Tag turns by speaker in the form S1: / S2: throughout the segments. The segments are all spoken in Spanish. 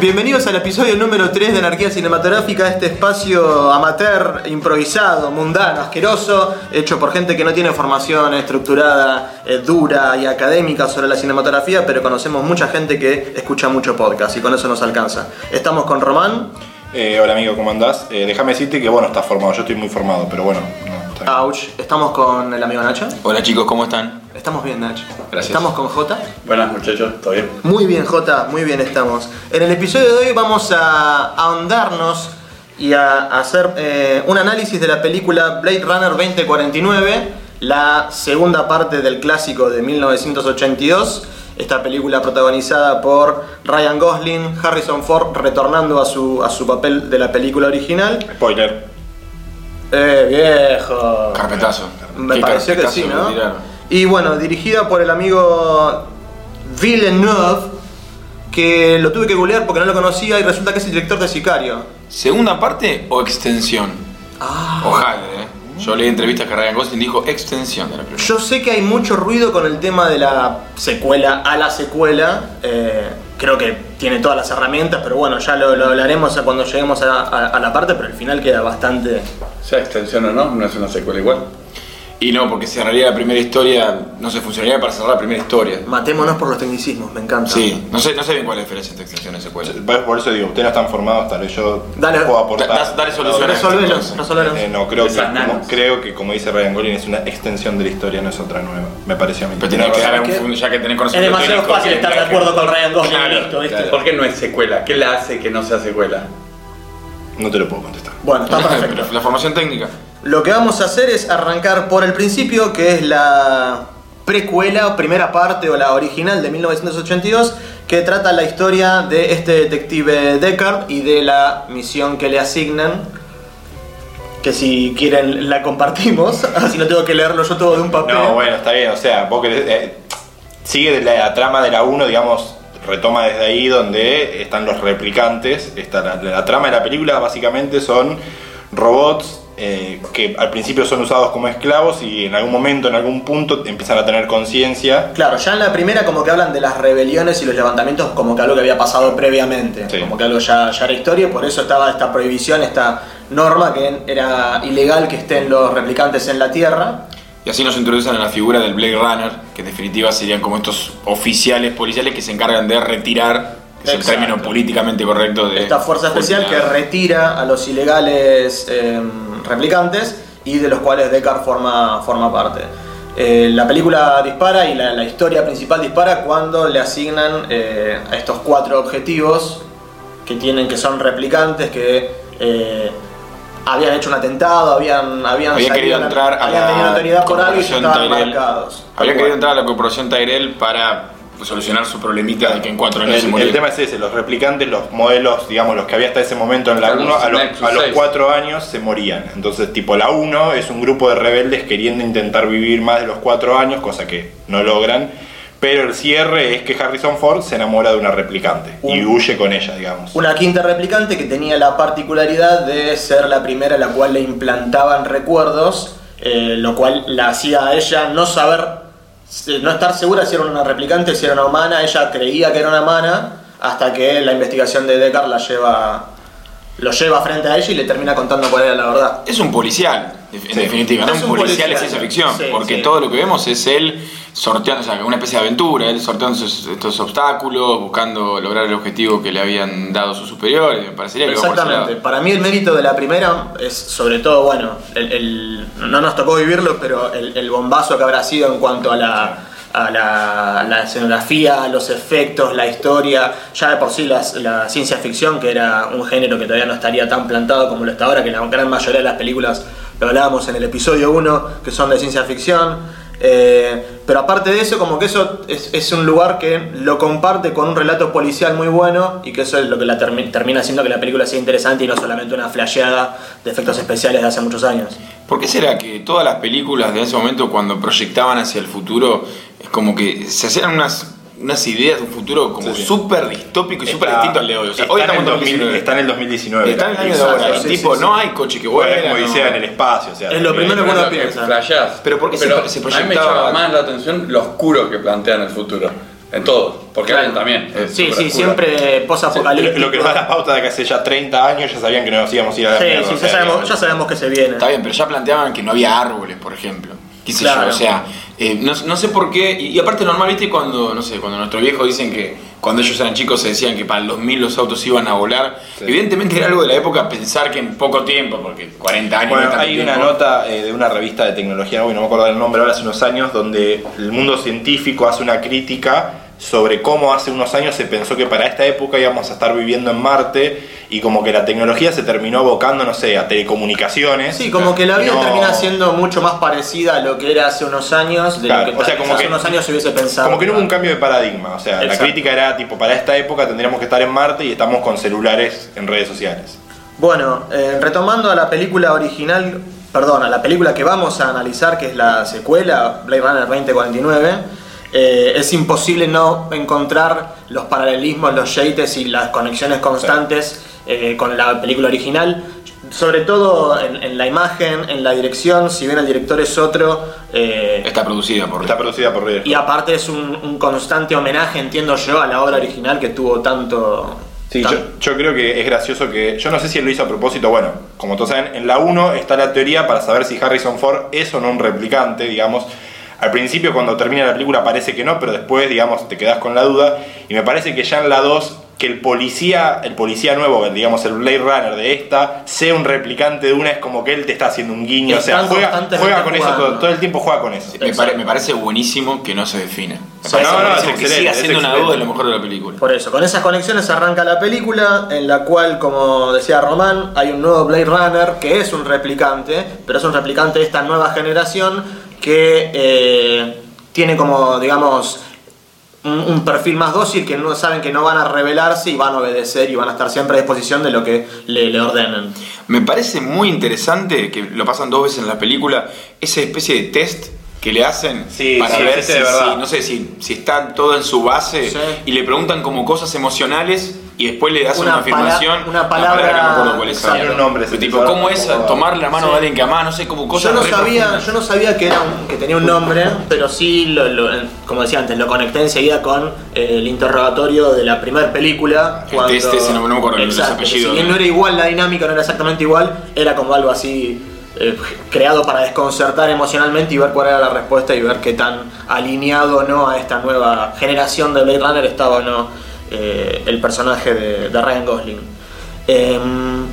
S1: Bienvenidos al episodio número 3 de Anarquía Cinematográfica, este espacio amateur, improvisado, mundano, asqueroso, hecho por gente que no tiene formación estructurada, eh, dura y académica sobre la cinematografía, pero conocemos mucha gente que escucha mucho podcast y con eso nos alcanza. Estamos con Román,
S2: Eh, hola amigo, ¿cómo andás? Eh, Déjame decirte que bueno, estás formado, yo estoy muy formado, pero bueno, no, está bien.
S1: Ouch, estamos con el amigo Nacho.
S3: Hola chicos, ¿cómo están?
S1: Estamos bien, Nacho.
S3: Gracias.
S1: Estamos con Jota.
S4: Buenas muchachos, ¿todo bien?
S1: Muy bien, Jota, muy bien estamos. En el episodio de hoy vamos a ahondarnos y a hacer eh, un análisis de la película Blade Runner 2049, la segunda parte del clásico de 1982. Esta película protagonizada por Ryan Gosling, Harrison Ford retornando a su, a su papel de la película
S3: Ah.
S1: original.
S2: Spoiler.
S1: ¡Eh, viejo!
S3: Carpetazo.
S1: Me
S3: Qué
S1: pareció que sí,
S3: carpetazo
S1: ¿no?
S3: me tiraron.
S1: Y bueno, dirigida por el amigo Villeneuve, que lo tuve que googlear porque no lo conocía y resulta que es el director de Sicario.
S3: ¿Segunda parte o extensión?
S4: Ah.
S3: Ojalá, ¿eh? Yo leí entrevistas que Ryan Gosling dijo extensión de la película.
S1: Yo sé que hay mucho ruido con el tema de la secuela a la secuela. eh, creo que tiene todas las herramientas, pero bueno, ya lo, lo hablaremos cuando lleguemos a, a- a la parte, pero el final queda bastante...
S4: Sea extensión o no, no es una secuela igual.
S3: Y no, porque cerraría la primera historia, no sé, funcionaría para cerrar la primera historia.
S1: Matémonos por los tecnicismos, me encanta.
S3: Sí, no sé, no sé bien cuál es la diferencia entre extensión y secuela.
S2: Por por eso digo, ustedes están formados, tal vez yo
S1: Dale.
S2: puedo aportar.
S3: Da- da- dale solución a esto,
S1: Resolvelos,
S3: entonces.
S1: resolvelos.
S2: Eh, no, creo que,
S4: Esas
S2: como,
S4: nanas.
S2: creo que como dice Ryan Golin es una extensión de la historia, no es otra nueva. Me pareció a mí.
S3: Pero tenés que dar un
S1: ¿Sabes qué?
S3: fun- ya que tenés
S1: Es
S3: conocimiento
S1: demasiado
S3: técnico,
S1: fácil
S3: tenés
S1: estar de
S3: que-
S1: acuerdo con Ryan Gosling,
S3: Claro,
S1: listo, ¿viste?
S4: ¿Por qué no es secuela? ¿Qué la hace que no sea secuela?
S2: No te lo puedo contestar.
S1: Bueno, está perfecto.
S3: Pero La formación técnica.
S1: Lo que vamos a hacer es arrancar por el principio, que es la precuela, o primera parte o la original de 1982, que trata la historia de este detective Deckard y de la misión que le asignan. Que si quieren la compartimos, así no tengo que leerlo yo todo de un papel.
S2: No, bueno, está bien, o sea, vos querés, eh, sigue de la trama de la 1, digamos, retoma desde ahí donde están los replicantes. Está la, la trama de la película básicamente son robots eh, que al principio son usados como esclavos y en algún momento, en algún punto, empiezan a tener conciencia.
S1: Claro, ya en la primera como que hablan de las rebeliones y los levantamientos como que algo que había pasado previamente,
S2: Sí.
S1: como que algo ya, ya era historia, y por eso estaba esta prohibición, esta norma que era ilegal que estén los replicantes en la Tierra.
S3: Y así nos introducen a la figura del Blade Runner, que en definitiva serían como estos oficiales policiales que se encargan de retirar, que es el
S1: Exacto.
S3: término políticamente correcto de...
S1: Esta fuerza especial que retira a los ilegales eh, replicantes y de los cuales Deckard forma, forma parte. Eh, la película dispara y la, la historia principal dispara cuando le asignan eh, a estos cuatro objetivos que tienen, que son replicantes, que eh, habían hecho un atentado, habían, habían,
S3: Había
S1: salido
S3: querido
S1: la-
S3: entrar a
S1: habían
S3: la
S1: tenido autoridad por algo y ya
S3: corporación
S1: estaban
S3: Tyrell.
S1: marcados.
S3: Había querido entrar a la corporación Tyrell para solucionar su problemita de que en cuatro
S2: El,
S3: años se
S2: el
S3: murió.
S2: tema es ese, los replicantes, los modelos, digamos, los que había hasta ese momento en la
S4: Algunos
S2: 1, a, los-
S4: Nexus
S2: a los
S4: seis.
S2: 4 años se morían. Entonces, tipo, la 1 es un grupo de rebeldes queriendo intentar vivir más de los 4 años, cosa que no logran. Pero el cierre es que Harrison Ford se enamora de una replicante y
S1: Un-
S2: huye con ella, digamos.
S1: Una quinta replicante que tenía la particularidad de ser la primera a la cual le implantaban recuerdos, eh, lo cual la hacía a ella no saber, eh, no estar segura si era una replicante, si era una humana. Ella creía que era una humana hasta que la investigación de Deckard la lleva, lo lleva frente a ella y le termina contando cuál era la verdad.
S3: Es un policial, de- en
S2: Sí.
S3: definitiva, no
S1: Es
S3: un
S1: un
S3: policial,
S1: policial.
S3: es ciencia ficción,
S1: Sí,
S3: porque
S1: sí.
S3: todo lo que vemos es él sorteando, o sea, una especie de aventura, él sorteando esos- estos obstáculos, buscando lograr el objetivo que le habían dado sus superiores, me parecería que va por ese lado.
S1: Exactamente. Para mí el mérito de la primera es sobre todo, bueno, el, el- no nos tocó vivirlo, pero el, el bombazo que habrá sido en cuanto a la, a la, la escenografía, los efectos, la historia, ya de por sí las- la ciencia ficción, que era un género que todavía no estaría tan plantado como lo está ahora, que la gran mayoría de las películas lo hablábamos en el episodio 1, que son de ciencia ficción. Eh, pero aparte de eso, como que eso es, es un lugar que lo comparte con un relato policial muy bueno y que eso es lo que la termi- termina haciendo que la película sea interesante y no solamente una flasheada de efectos especiales de hace muchos años.
S3: ¿Por qué será que todas las películas de ese momento cuando proyectaban hacia el futuro es como que se hacían unas, unas ideas de un futuro como
S2: Sí, sí.
S3: súper distópico y súper distinto al de hoy? O sea, hoy
S2: está, en el
S3: estamos
S2: 2000
S3: 2019.
S2: está en el 2019.
S3: Está en el año de
S1: Exacto,
S3: ahora.
S1: sí,
S3: tipo,
S1: sí,
S3: no
S1: sí.
S3: hay coche que
S2: Bueno,
S3: vuela.
S2: es como
S3: no.
S2: Odisea en el espacio. O sea,
S1: Es lo
S2: también.
S1: primero que uno
S4: Lo que
S1: piensa.
S4: Flashás.
S3: Pero ¿por qué se- se
S4: a mí me
S3: proyectaba-
S4: llama más la atención lo oscuro que plantean el futuro. En todo. Porque
S1: Claro.
S4: Alien también. es
S1: Sí, sí,
S4: superoscura.
S1: siempre
S2: Lo,
S1: posapocalíptico.
S2: lo que nos da la pauta de que hace ya 30 años ya sabían que no nos íbamos a ir a la
S1: Sí,
S2: mierda,
S1: sí,
S2: o
S1: ya
S2: sea,
S1: sabemos,
S2: digamos.
S1: ya sabemos que se viene.
S3: Está bien, pero ya planteaban que no había árboles, por ejemplo. ¿Qué sé
S1: Claro.
S3: yo? O sea, eh, no, no sé por qué. Y, y aparte, normal, viste, cuando, no sé, cuando nuestros viejos dicen que cuando ellos eran chicos se decían que para el 2000 los autos iban a volar.
S2: Sí.
S3: Evidentemente era algo de la época pensar que en poco tiempo, porque 40 años. no
S2: Bueno,
S3: es tanto
S2: hay una
S3: tiempo.
S2: nota eh, de una revista de tecnología, uy, no me acuerdo el nombre ahora, hace unos años, donde el mundo científico hace una crítica sobre cómo hace unos años se pensó que para esta época íbamos a estar viviendo en Marte y como que la tecnología se terminó abocando, no sé, a telecomunicaciones.
S1: Sí, como que la vida
S2: No.
S1: termina siendo mucho más parecida a lo que era hace unos años de
S2: Claro,
S1: lo que
S2: o sea,
S1: tal vez
S2: como
S1: hace
S2: que-
S1: unos años se hubiese pensado.
S2: Como que no hubo un cambio de paradigma, o sea, la
S1: Exacto.
S2: crítica era tipo, para esta época tendríamos que estar en Marte y estamos con celulares en redes sociales.
S1: Bueno, eh, retomando a la película original, perdón, a la película que vamos a analizar, que es la secuela, Blade Runner 2049, eh, es imposible no encontrar los paralelismos, los yates y las conexiones constantes eh, con la película original. Sobre todo en, en la imagen, en la dirección, si bien el director es otro, eh,
S3: Está producida por.
S2: Está producida por Ridley
S1: Y aparte es un, un constante homenaje, entiendo yo, a la obra original que tuvo tanto.
S2: Sí,
S1: tan-
S2: yo, yo creo que es gracioso que. Yo no sé si él lo hizo a propósito. Bueno, como todos saben, en la 1 está la teoría para saber si Harrison Ford es o no un replicante, digamos. Al principio, cuando termina la película, parece que no, pero después, digamos, te quedas con la duda. Y me parece que ya en la 2, que el policía, el policía nuevo, digamos, el Blade Runner de esta, sea un replicante de una, es como que él te está haciendo un guiño. O sea,
S1: Están
S2: juega,
S1: constantemente
S2: juega con eso,
S1: jugando.
S2: todo, todo el tiempo juega con eso.
S3: Me, pare- me parece buenísimo que no se defina. Me
S2: No,
S3: parece
S2: no, es
S3: buenísimo que
S2: excelente,
S3: siga
S2: es
S3: siendo una
S2: excelente.
S3: duda de lo mejor de la película.
S1: Por eso, con esas conexiones arranca la película, en la cual, como decía Román, hay un nuevo Blade Runner que es un replicante, pero es un replicante de esta nueva generación que eh, tiene como, digamos, un, un perfil más dócil que no saben que no van a rebelarse y van a obedecer y van a estar siempre a disposición de lo que le, le ordenen.
S3: Me parece muy interesante que lo pasan dos veces en la película, esa especie de test que le hacen
S2: Sí,
S3: para
S2: sí,
S3: ver
S2: ese
S3: si,
S2: de verdad.
S3: si- no sé, si, si está todo en su base
S1: Sí.
S3: y le preguntan como cosas emocionales y después le hacen
S1: Una
S3: una,
S1: pala-
S3: afirmación. Ah,
S1: una palabra-
S3: que no me acuerdo cuál es
S1: Exacto.
S3: ahora.
S2: Tiene un nombre,
S3: Pero
S2: se
S3: tipo,
S2: usaron
S3: ¿cómo
S2: un
S3: es
S2: poco-
S3: tomar la mano
S1: Sí.
S3: de alguien que amás? No sé, como cosas
S1: Yo no
S3: re
S1: sabía,
S3: profundas.
S1: yo no sabía que, era un- que tenía un nombre, pero sí, lo- lo- como decía antes, lo conecté enseguida con eh, el interrogatorio de la primera película.
S3: El test ese, Este, no- no me acuerdo los
S1: Exacto, que
S3: apellidos,
S1: Si bien
S3: ¿no?
S1: no era igual la dinámica, no era exactamente igual, era como algo así eh, creado para desconcertar emocionalmente y ver cuál era la respuesta y ver qué tan alineado o no a esta nueva generación de Blade Runner estaba o no eh, el personaje de, de Ryan Gosling. Em,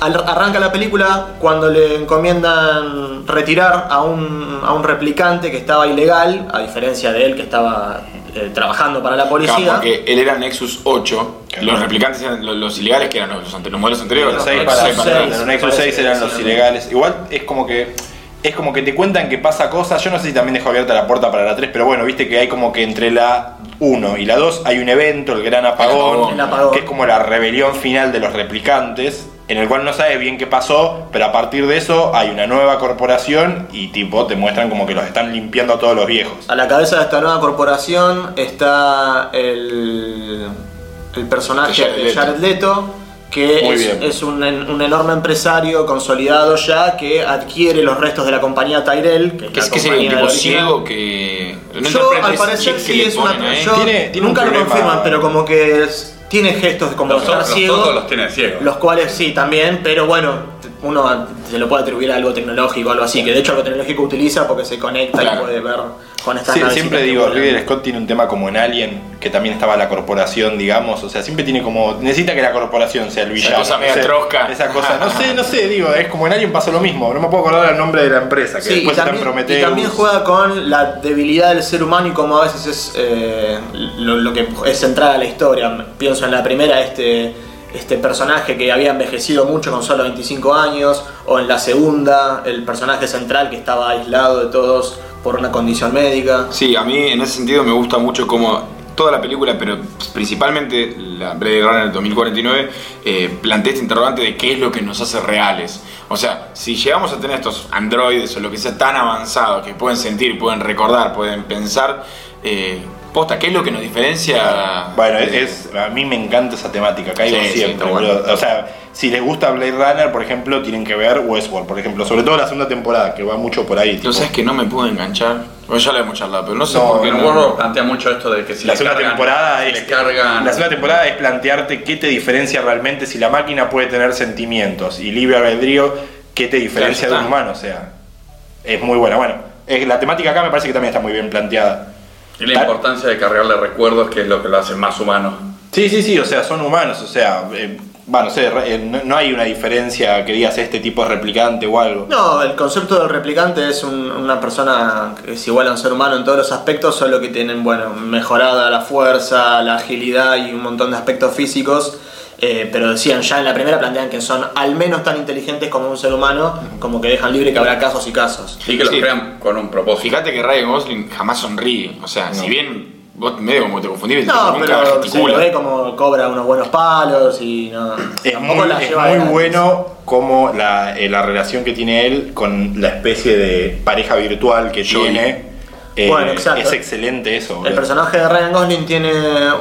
S1: al- arranca la película cuando le encomiendan retirar a un, a un replicante que estaba ilegal, a diferencia de él que estaba eh, trabajando para la
S3: Claro,
S1: policía.
S3: porque él era Nexus 8,
S2: Claro.
S3: los replicantes eran los, los ilegales que eran los, ante- los modelos anteriores.
S2: Los
S1: Bueno,
S2: seis
S1: Nexus
S2: para
S1: seis
S2: para-
S1: seis,
S2: para- los Nexus
S1: parece
S2: 6
S1: que
S2: eran
S1: sí,
S2: los
S1: ¿no?
S2: ilegales. Igual es como que. Es como que te cuentan que pasa cosas. Yo no sé si también dejó abierta la puerta para la 3, pero bueno, viste que hay como que entre la 1 y la 2 hay un evento, el gran apagón,
S1: El apagón.
S2: que es como la rebelión final de los replicantes, en el cual no sabes bien qué pasó, pero a partir de eso hay una nueva corporación y tipo te muestran como que los están limpiando a todos los viejos.
S1: A la cabeza de esta nueva corporación está el, el personaje
S3: De Jared
S1: de
S3: Leto.
S1: Jared Leto, que
S2: Muy
S1: es,
S2: bien.
S1: es un, en- un enorme empresario consolidado ya que adquiere los restos de la compañía Tyrell, que es
S3: Que es
S1: la
S3: que es un
S1: compañía
S3: tipo
S1: del original.
S3: ciego que. no
S1: Yo,
S3: interpreta
S1: al
S3: ese
S1: parecer,
S3: chip
S1: sí
S3: que le
S1: es una.
S3: ponen, ¿eh?
S1: yo-
S2: Tiene- tiene un
S1: nunca lo
S2: problema.
S1: confirman, pero como que es- tiene gestos de como
S4: Los,
S1: estar
S4: ojos- los
S1: ciego.
S4: ojos los tiene ciegos.
S1: Los cuales sí, también, pero bueno, uno se lo puede atribuir a algo tecnológico, algo así, que de hecho algo tecnológico utiliza porque se conecta
S3: Claro.
S1: y puede ver con estas
S2: Sí,
S1: navecitas
S2: siempre
S1: que
S2: digo,
S1: vuelan.
S2: Ridley Scott tiene un tema como en Alien, que también estaba la corporación, digamos. O sea, siempre tiene como. Necesita que la corporación sea el villano.
S3: cosa
S2: no
S3: media
S2: sé,
S3: trosca.
S2: Esa cosa. No sé, no sé, digo, es como en Alien pasó lo mismo. No me puedo acordar el nombre de la empresa, que
S1: Sí, y
S2: después
S1: también,
S2: están Prometheus.
S1: y también juega con la debilidad del ser humano y cómo a veces es eh, lo, lo que es central a la historia. Pienso en la primera, este, este personaje que había envejecido mucho con solo 25 años, o en la segunda, el personaje central que estaba aislado de todos por una condición médica.
S3: Sí, a mí en ese sentido me gusta mucho como toda la película, pero principalmente la Blade Runner 2049, eh, plantea este interrogante de qué es lo que nos hace reales. O sea, si llegamos a tener estos androides o lo que sea tan avanzado, que pueden sentir, pueden recordar, pueden pensar, eh, Posta, ¿qué es lo que nos diferencia?
S2: Bueno, es, es- a mí me encanta esa temática, caigo
S3: Sí, sí,
S2: siempre.
S3: está bueno.
S2: boludo. O sea, si les gusta Blade Runner, por ejemplo, tienen que ver Westworld, por ejemplo, sobre todo la segunda temporada, que va mucho por ahí. tipo.
S3: Yo sabes que no me pude enganchar. Bueno, ya lo hemos charlado, pero no sé
S2: No,
S3: por qué.
S4: Porque en
S3: no-
S4: Warlock plantea mucho esto de que si
S2: la
S4: le
S2: segunda
S4: cargan-
S2: temporada
S4: si
S2: es
S4: le cargan
S2: la segunda temporada es plantearte qué te diferencia realmente si la máquina puede tener sentimientos y libre albedrío qué te diferencia de
S3: Claro,
S2: un
S3: está.
S2: humano, o sea, es muy buena. Bueno, es- la temática acá me parece que también está muy bien planteada.
S4: y la importancia de cargarle recuerdos que es lo que lo hace más humano.
S2: Sí, sí, sí, o sea, son humanos, o sea, eh, va, no sé, re- eh, no, no hay una diferencia que digas este tipo es replicante o algo.
S1: No, el concepto del replicante es un- una persona que es igual a un ser humano en todos los aspectos, solo que tienen, bueno, mejorada la fuerza, la agilidad y un montón de aspectos físicos. eh, pero decían ya en la primera plantean que son al menos tan inteligentes como un ser humano, como que dejan libre que habrá casos y casos.
S4: Y que los
S3: Sí.
S4: crean con un propósito.
S3: Fíjate que Ryan Gosling jamás sonríe. O sea,
S2: No.
S3: si bien vos medio como te confundís,
S1: No,
S3: nunca
S1: pero se lo
S3: gesticula.
S1: ve como cobra unos buenos palos y no.
S2: Es
S1: tampoco
S2: muy,
S1: la
S2: es
S1: lleva
S2: muy
S1: adelante.
S2: bueno como la, eh, la relación que tiene él con la especie de pareja virtual que
S3: Joey.
S2: tiene. Eh,
S1: Bueno, exacto.
S2: Es excelente eso.
S1: El
S2: boludo.
S1: personaje de Ryan Gosling tiene.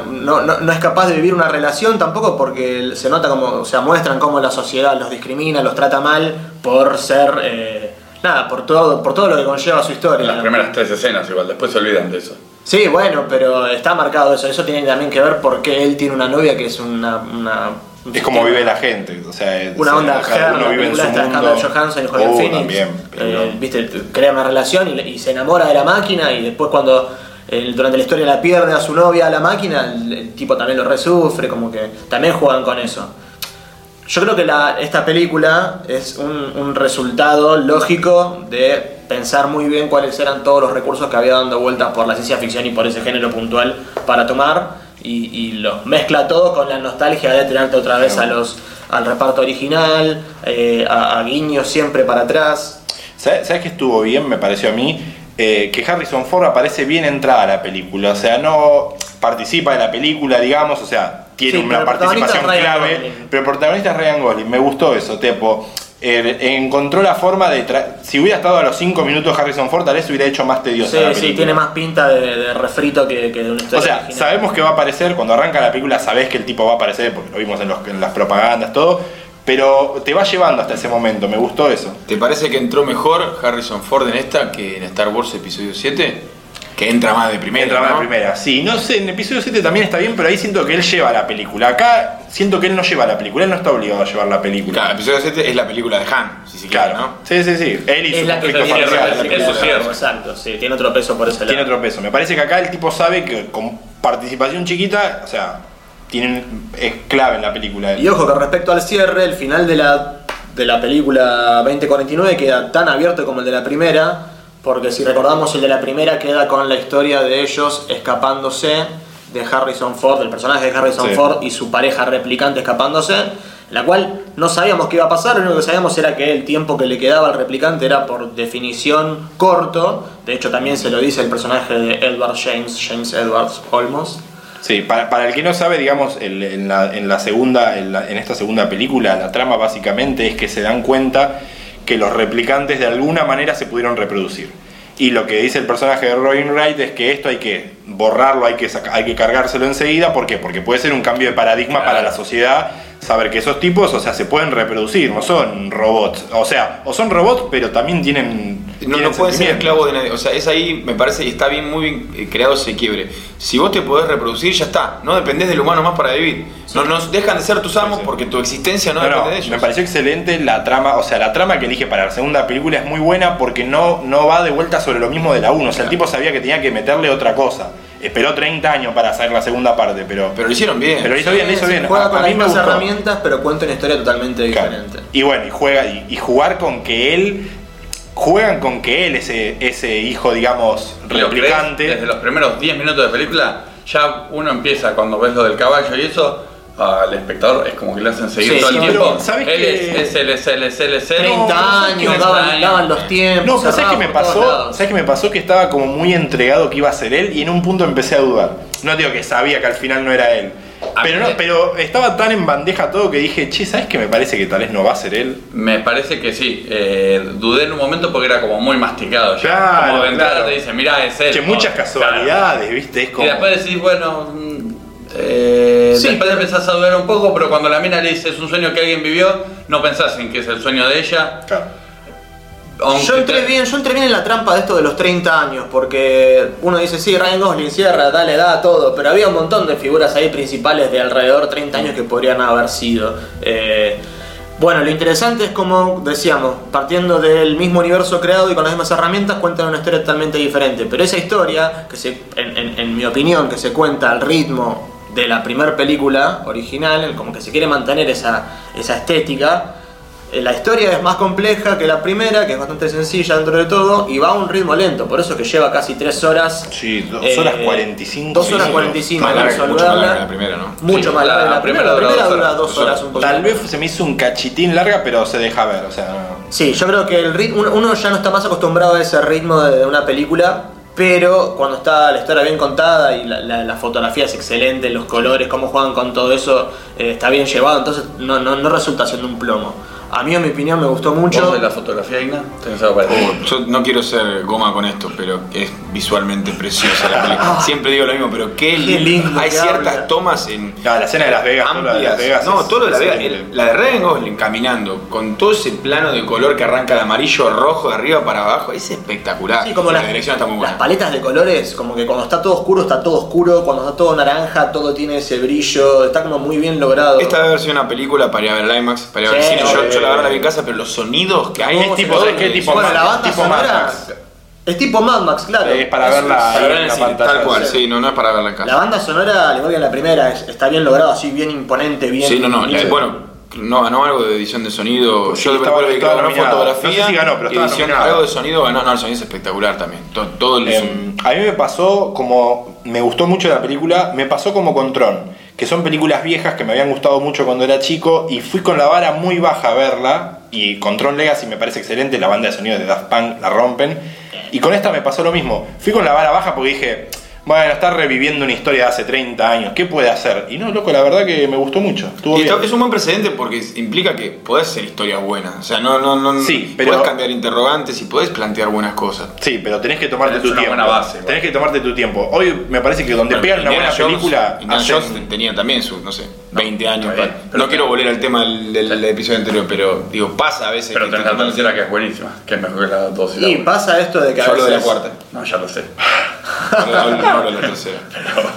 S1: No, no- no es capaz de vivir una relación tampoco porque se nota como. O sea, muestran cómo la sociedad los discrimina, los trata mal por ser. eh, nada, por todo, por todo lo que conlleva su historia.
S4: Las primeras tres escenas igual, después se olvidan de eso.
S1: Sí, bueno, pero está marcado eso. Eso tiene también que ver por qué él tiene una novia que es una. una- un
S2: Es como
S1: sistema-
S2: vive la gente. O sea,
S1: Una
S2: o sea,
S1: onda
S2: cada
S1: Her,
S2: uno
S1: la
S2: vive en su
S1: película esta de
S2: mundo.
S1: Scarlett Johansson y Joaquin
S2: Oh,
S1: Phoenix.
S2: también, pero
S1: eh, viste, t- crea una relación y, le- y se enamora de la máquina y después cuando eh, durante la historia la pierde a su novia a la máquina, el, el tipo también lo resufre, como que también juegan con eso. Yo creo que la- esta película es un, un resultado lógico de pensar muy bien cuáles eran todos los recursos que había dando vueltas por la ciencia ficción y por ese género puntual para tomar y, y los mezcla todo con la nostalgia de tirarte otra vez a los al reparto original, eh, a, a guiños siempre para atrás.
S2: ¿Sabes, sabes qué estuvo bien, me pareció a mí? Eh, que Harrison Ford aparece bien entrada a la película. O sea, no participa de la película, digamos. O sea, tiene
S1: Sí, pero
S2: una
S1: el protagonista
S2: participación
S1: es Ryan
S2: clave.
S1: Gosling.
S2: Pero el protagonista es Ryan Gosling. Me gustó eso, Tepo. Eh, encontró la forma de... tra- si hubiera estado a los 5 minutos Harrison Ford, tal vez hubiera hecho más tediosa
S1: Sí,
S2: la película.
S1: sí, tiene más pinta de, de refrito que, que de una
S2: O
S1: historia.
S2: sea,
S1: original.
S2: sabemos que va a aparecer, cuando arranca la película sabés que el tipo va a aparecer, porque lo vimos en, los- en las propagandas, todo, pero te va llevando hasta ese momento, me gustó eso.
S3: ¿Te parece que entró mejor Harrison Ford en esta que en Star Wars Episodio 7? Que entra más de primera.
S2: Entra más
S3: ¿no?
S2: la primera, sí, no sé, en episodio 7 también está bien, pero ahí siento que él lleva la película. Acá siento que él no lleva la película, él no está obligado a llevar la película.
S3: Claro, Episodio 7 es la película de Han, si se quiere,
S2: Claro.
S3: ¿no?
S2: Sí, sí, sí. Él y
S1: es
S2: su
S1: la que
S2: conflicto
S1: tiene,
S2: familiar,
S4: relación,
S2: la película.
S4: eso sí. cierre.
S1: Exacto, sí, tiene otro peso por ese lado.
S2: Tiene otro peso. Me parece que acá el tipo sabe que con participación chiquita, o sea, tiene, un- es clave en la película.
S1: Eh, Y ojo que respecto al cierre, el final de la, de la película 2049 queda tan abierto como el de la primera, porque si recordamos el de la primera queda con la historia de ellos escapándose de Harrison Ford, del personaje de Harrison
S2: Sí.
S1: Ford y su pareja replicante escapándose, la cual no sabíamos qué iba a pasar, lo único que sabíamos era que el tiempo que le quedaba al replicante era por definición corto, de hecho también se lo dice el personaje de Edward James, James Edwards Olmos.
S2: Sí, para, para el que no sabe, digamos, el- en, la, en la segunda, en, la- en esta segunda película, la trama básicamente es que se dan cuenta que los replicantes de alguna manera se pudieron reproducir. Y lo que dice el personaje de Robin Wright es que esto hay que borrarlo, hay que, saca- hay que cargárselo enseguida. ¿Por qué? Porque puede ser un cambio de paradigma para la sociedad saber que esos tipos, o sea, se pueden reproducir, no son robots. O sea, o son robots, pero también tienen.
S3: No,
S2: tienen
S3: no pueden ser
S2: sentimientos.
S3: esclavos de nadie. O sea, es ahí, me parece, y está bien, muy bien eh, creado ese quiebre. Si vos te podés reproducir, ya está. No dependés del humano más para vivir. No, nos dejan de ser tus amos
S2: sí.
S3: porque tu existencia no,
S2: No, no,
S3: depende de ellos.
S2: me pareció excelente la trama, o sea, la trama que elige para la segunda película es muy buena porque no, no va de vuelta sobre lo mismo de la 1, o sea, el tipo sabía que tenía que meterle otra cosa. Esperó 30 años para hacer la segunda parte, pero...
S3: Pero lo hicieron bien.
S2: Pero lo hizo bien, lo hizo
S1: Sí,
S2: bien.
S1: Juega con
S2: A, a
S1: las
S2: mí me
S1: mismas
S2: gustó.
S1: herramientas, pero cuenta una historia totalmente
S2: Claro.
S1: diferente.
S2: Y bueno, y juega y, y jugar con que él juegan con que él ese ese hijo, digamos,
S4: Lo crees
S2: replicante.
S4: Desde los primeros 10 minutos de película, ya uno empieza cuando ves lo del caballo y eso, al espectador es como que le hacen seguir
S1: Sí,
S4: todo
S1: sí,
S4: el
S1: pero
S4: tiempo.
S2: ¿sabes
S4: él
S2: qué?
S4: es, es él, es él, es él, es él.
S1: 30
S2: no, ¿sabes
S1: años,
S2: qué me
S1: daban,
S4: extraña?
S1: daban los tiempos.
S2: No, pero ¿sabes
S1: cerrados
S2: qué me
S1: por todos
S2: pasó?
S1: lados.
S2: ¿Sabes qué me pasó? Que estaba como muy entregado que iba a ser él y en un punto empecé a dudar. no digo que sabía que al final no era él.
S4: A
S2: Pero,
S4: mí
S2: no,
S4: me-
S2: pero estaba tan en bandeja todo que dije, che, ¿sabes qué me parece que tal vez no va a ser él?
S4: Me parece que sí. eh, dudé en un momento porque era como muy masticado. Ya.
S2: Claro,
S4: como de entrada
S2: claro.
S4: te dicen, mirá, es él.
S2: Che,
S4: ¿no?
S2: muchas
S4: Claro.
S2: casualidades, ¿viste? Es
S4: Y
S2: como.
S4: después decís, bueno. mm, eh,
S1: Sí.
S4: Después empezás a dudar un poco, pero cuando la mina le dice es un sueño que alguien vivió, no pensás en que es el sueño de ella.
S2: Claro.
S4: aunque
S1: Yo entré
S4: te-
S1: bien, yo entré bien en la trampa de esto de los 30 años, porque uno dice, sí, Ryan Gosling cierra, dale, da todo, pero había un montón de figuras ahí principales de alrededor 30 años que podrían haber sido. Eh, bueno, lo interesante es como decíamos, partiendo del mismo universo creado y con las mismas herramientas, cuentan una historia totalmente diferente. Pero esa historia, que se, en, en- en mi opinión, que se cuenta al ritmo de la primera película original, como que se quiere mantener esa, esa estética, eh, La historia es más compleja que la primera, que es bastante sencilla dentro de todo, y va a un ritmo lento, por eso que lleva casi 3 horas.
S2: Sí, dos
S1: eh,
S2: horas 45
S1: Dos horas
S2: minutos.
S1: 45
S3: Más
S1: para
S3: larga, mucho más larga que la
S1: saludarla.
S3: primera, ¿no?
S1: Mucho
S4: Sí,
S1: más
S4: la
S1: larga. La
S4: primera
S1: primera, la
S4: dura
S1: primera
S4: dos
S1: dura
S4: horas.
S1: dos horas un poco.
S2: Tal vez se me hizo un cachitín larga, pero se deja ver, o sea. no-
S1: Sí, yo creo que el rit- uno- uno ya no está más acostumbrado a ese ritmo de, de una película, pero cuando está la historia bien contada y la, la- la fotografía es excelente, los colores, cómo juegan con todo eso, eh, está bien llevado, entonces no, no, no resulta siendo un plomo. A mí, en mi opinión, me gustó mucho.
S4: ¿Vos de la fotografía, Igna? ¿Tenés algo para decir?
S3: Yo no quiero ser goma con esto, pero es visualmente preciosa la película. Siempre digo lo mismo, pero qué,
S1: lindo
S3: Hay
S1: que
S3: ciertas
S1: habla.
S3: tomas en
S2: Claro, la escena de Las Vegas, todo lo de Las
S3: amplias.
S2: Vegas.
S3: no,
S2: es-
S3: todo lo de la
S2: es
S3: Vegas.
S2: increíble.
S3: El- La de Ryan Gosling caminando con todo ese plano de color que arranca de amarillo, rojo, de arriba para abajo, es espectacular.
S1: Sí, como
S3: la,
S1: las-
S3: dirección está muy
S1: Las
S3: buena.
S1: paletas de colores, como que cuando está todo oscuro, está todo oscuro, cuando está todo naranja, todo tiene ese brillo, está como muy bien logrado.
S3: Esta debe haber sido una película para ir a ver el IMAX, para ir a ver el
S1: Sí,
S3: cine. Yo, yo la verdad la vi en
S2: obvio.
S3: casa, pero los sonidos que hay
S1: ¿Cómo
S3: es
S1: se
S3: tipo,
S1: logra?
S3: ¿sabes qué?
S2: Es
S3: tipo
S2: tipo
S1: bueno,
S2: Mad-
S1: la banda
S2: tipo Mad
S1: sonora
S2: Max.
S1: es tipo Mad Max, claro.
S2: Es para verla
S3: para verla en
S2: en
S3: el
S2: la
S3: cine,
S2: pantalla.
S3: Tal cual,
S1: sí.
S3: sí, no, no es para verla en casa.
S1: La banda sonora, al igual que en la primera, es- está bien logrado, así bien imponente, bien.
S3: Sí, no, no. la-
S1: bien-
S3: bueno, no ganó algo de edición de sonido.
S2: Sí,
S3: Yo
S2: estaba-
S3: recuerdo que
S2: estaba
S3: ganó
S2: nominada.
S3: fotografía.
S2: No sé si ganó, pero
S3: y
S2: estaba
S3: edición,
S2: nominada.
S3: algo de sonido ganó. No, el sonido es espectacular también. To- Todo, el
S2: Em, a mí me pasó como. Me gustó mucho la película, me pasó como con Tron, que son películas viejas que me habían gustado mucho cuando era chico y fui con la vara muy baja a verla. Y con Tron Legacy me parece excelente, la banda de sonido de Daft Punk la rompen. Y con esta me pasó lo mismo, fui con la vara baja porque dije, bueno, está reviviendo una historia de hace 30 años, ¿qué puede hacer? Y no, loco, la verdad que me gustó mucho. Estuvo
S3: Y
S2: bien.
S3: está- es un buen precedente porque es- implica que podés hacer historias buenas. O sea, no, no, no.
S2: Sí, pero-
S3: Podés cambiar interrogantes y podés plantear buenas cosas.
S2: Sí, pero tenés que tomarte
S4: Tenés
S2: tu
S4: una
S2: tiempo.
S4: buena base, igual.
S2: tenés que tomarte tu tiempo. Hoy me parece que donde
S3: Bueno,
S2: pegan una
S3: Indiana
S2: buena
S3: Jones-
S2: película.
S3: Indiana
S2: hacen-
S3: Jones tenía también sus, no sé, 20 años.
S4: está bien,
S3: pa-
S4: pero-
S3: no quiero volver al tema del, del episodio anterior, pero digo, pasa a veces.
S4: Pero
S3: que
S4: te
S3: te-
S4: encantó decir que es buenísima, que es mejor que la 2 y la
S1: Y
S4: uno.
S1: pasa esto de que a
S3: Yo hablo de la
S1: veces-
S3: cuarta.
S4: No, ya lo sé.
S3: No hablo no hablo de la tercera.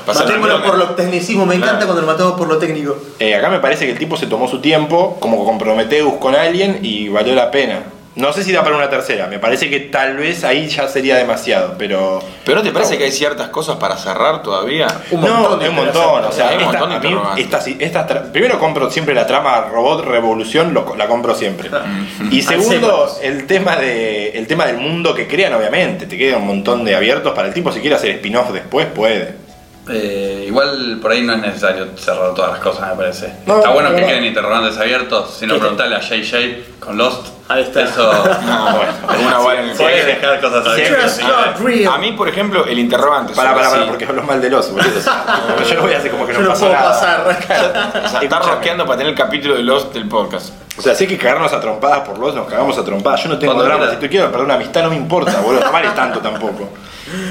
S3: Pasa la
S1: Matémoslo
S3: primera.
S1: por lo tecnicismo, me encanta cuando lo matamos por lo técnico.
S2: Eh, acá me parece que el tipo se tomó su tiempo, como comprometeus con alguien, y valió la pena. No sé si da para una tercera, me parece que tal vez ahí ya sería demasiado, pero.
S3: Pero ¿no te parece que hay ciertas cosas para cerrar todavía?
S1: Un
S2: no,
S1: montón de
S2: es un montón. O sea,
S3: Hay un
S2: esta-
S3: montón de
S2: a mí
S3: interrogantes.
S2: estas, estas tra- primero compro siempre la trama Robot Revolución, lo- la compro siempre. Y segundo,
S1: Alzheimer's.
S2: el tema, de, el tema del mundo que crean, obviamente. Te queda un montón de abiertos para el tipo. Si quiere hacer spin-off después, puede.
S4: Eh, igual por ahí no es necesario cerrar todas las cosas, me parece.
S2: No,
S4: está bueno
S2: no,
S4: que
S2: no.
S4: queden interrogantes abiertos, si no
S1: Sí, sí.
S4: preguntarle a JJ con Lost.
S1: Ahí está.
S4: Eso.
S3: No, Ah, bueno, alguna vara en el
S4: Puedes
S3: cuello.
S4: dejar cosas abiertas.
S1: Just not real.
S3: A mí, por ejemplo, el interrogante.
S2: Para,
S3: sobre
S2: para, para,
S3: si-
S2: porque hablo mal del oso, boludo. Yo lo voy a hacer como que no,
S1: Yo no
S2: pasó
S1: puedo
S2: nada.
S1: pasar.
S3: o sea, está
S2: Escúchame.
S3: rosqueando para tener el capítulo de Lost del podcast.
S2: O sea, si hay que cagarnos a trompadas por los, nos cagamos a trompadas. Yo no tengo
S4: Cuando
S2: drama.
S4: quieras.
S2: Si tú quieres perder una amistad, no me importa, boludo. No vale tanto tampoco.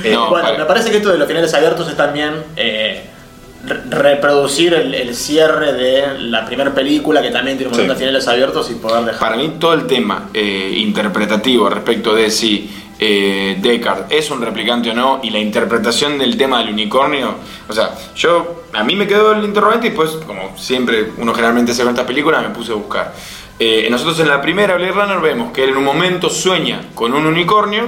S2: Eh,
S3: No.
S1: Bueno,
S3: para-
S1: me parece que esto de los finales abiertos es también eh, re- reproducir el, el cierre de la primera película que también tiene un montón
S2: Sí.
S1: de finales abiertos y poder dejar.
S3: Para mí, todo el tema eh, interpretativo respecto de si eh, Deckard es un replicante o no y la interpretación del tema del unicornio. O sea, yo. A mí me quedó el interrogante y, pues, como siempre uno generalmente hace con estas películas, me puse a buscar. Eh, nosotros en la primera Blade Runner vemos que él en un momento sueña con un unicornio.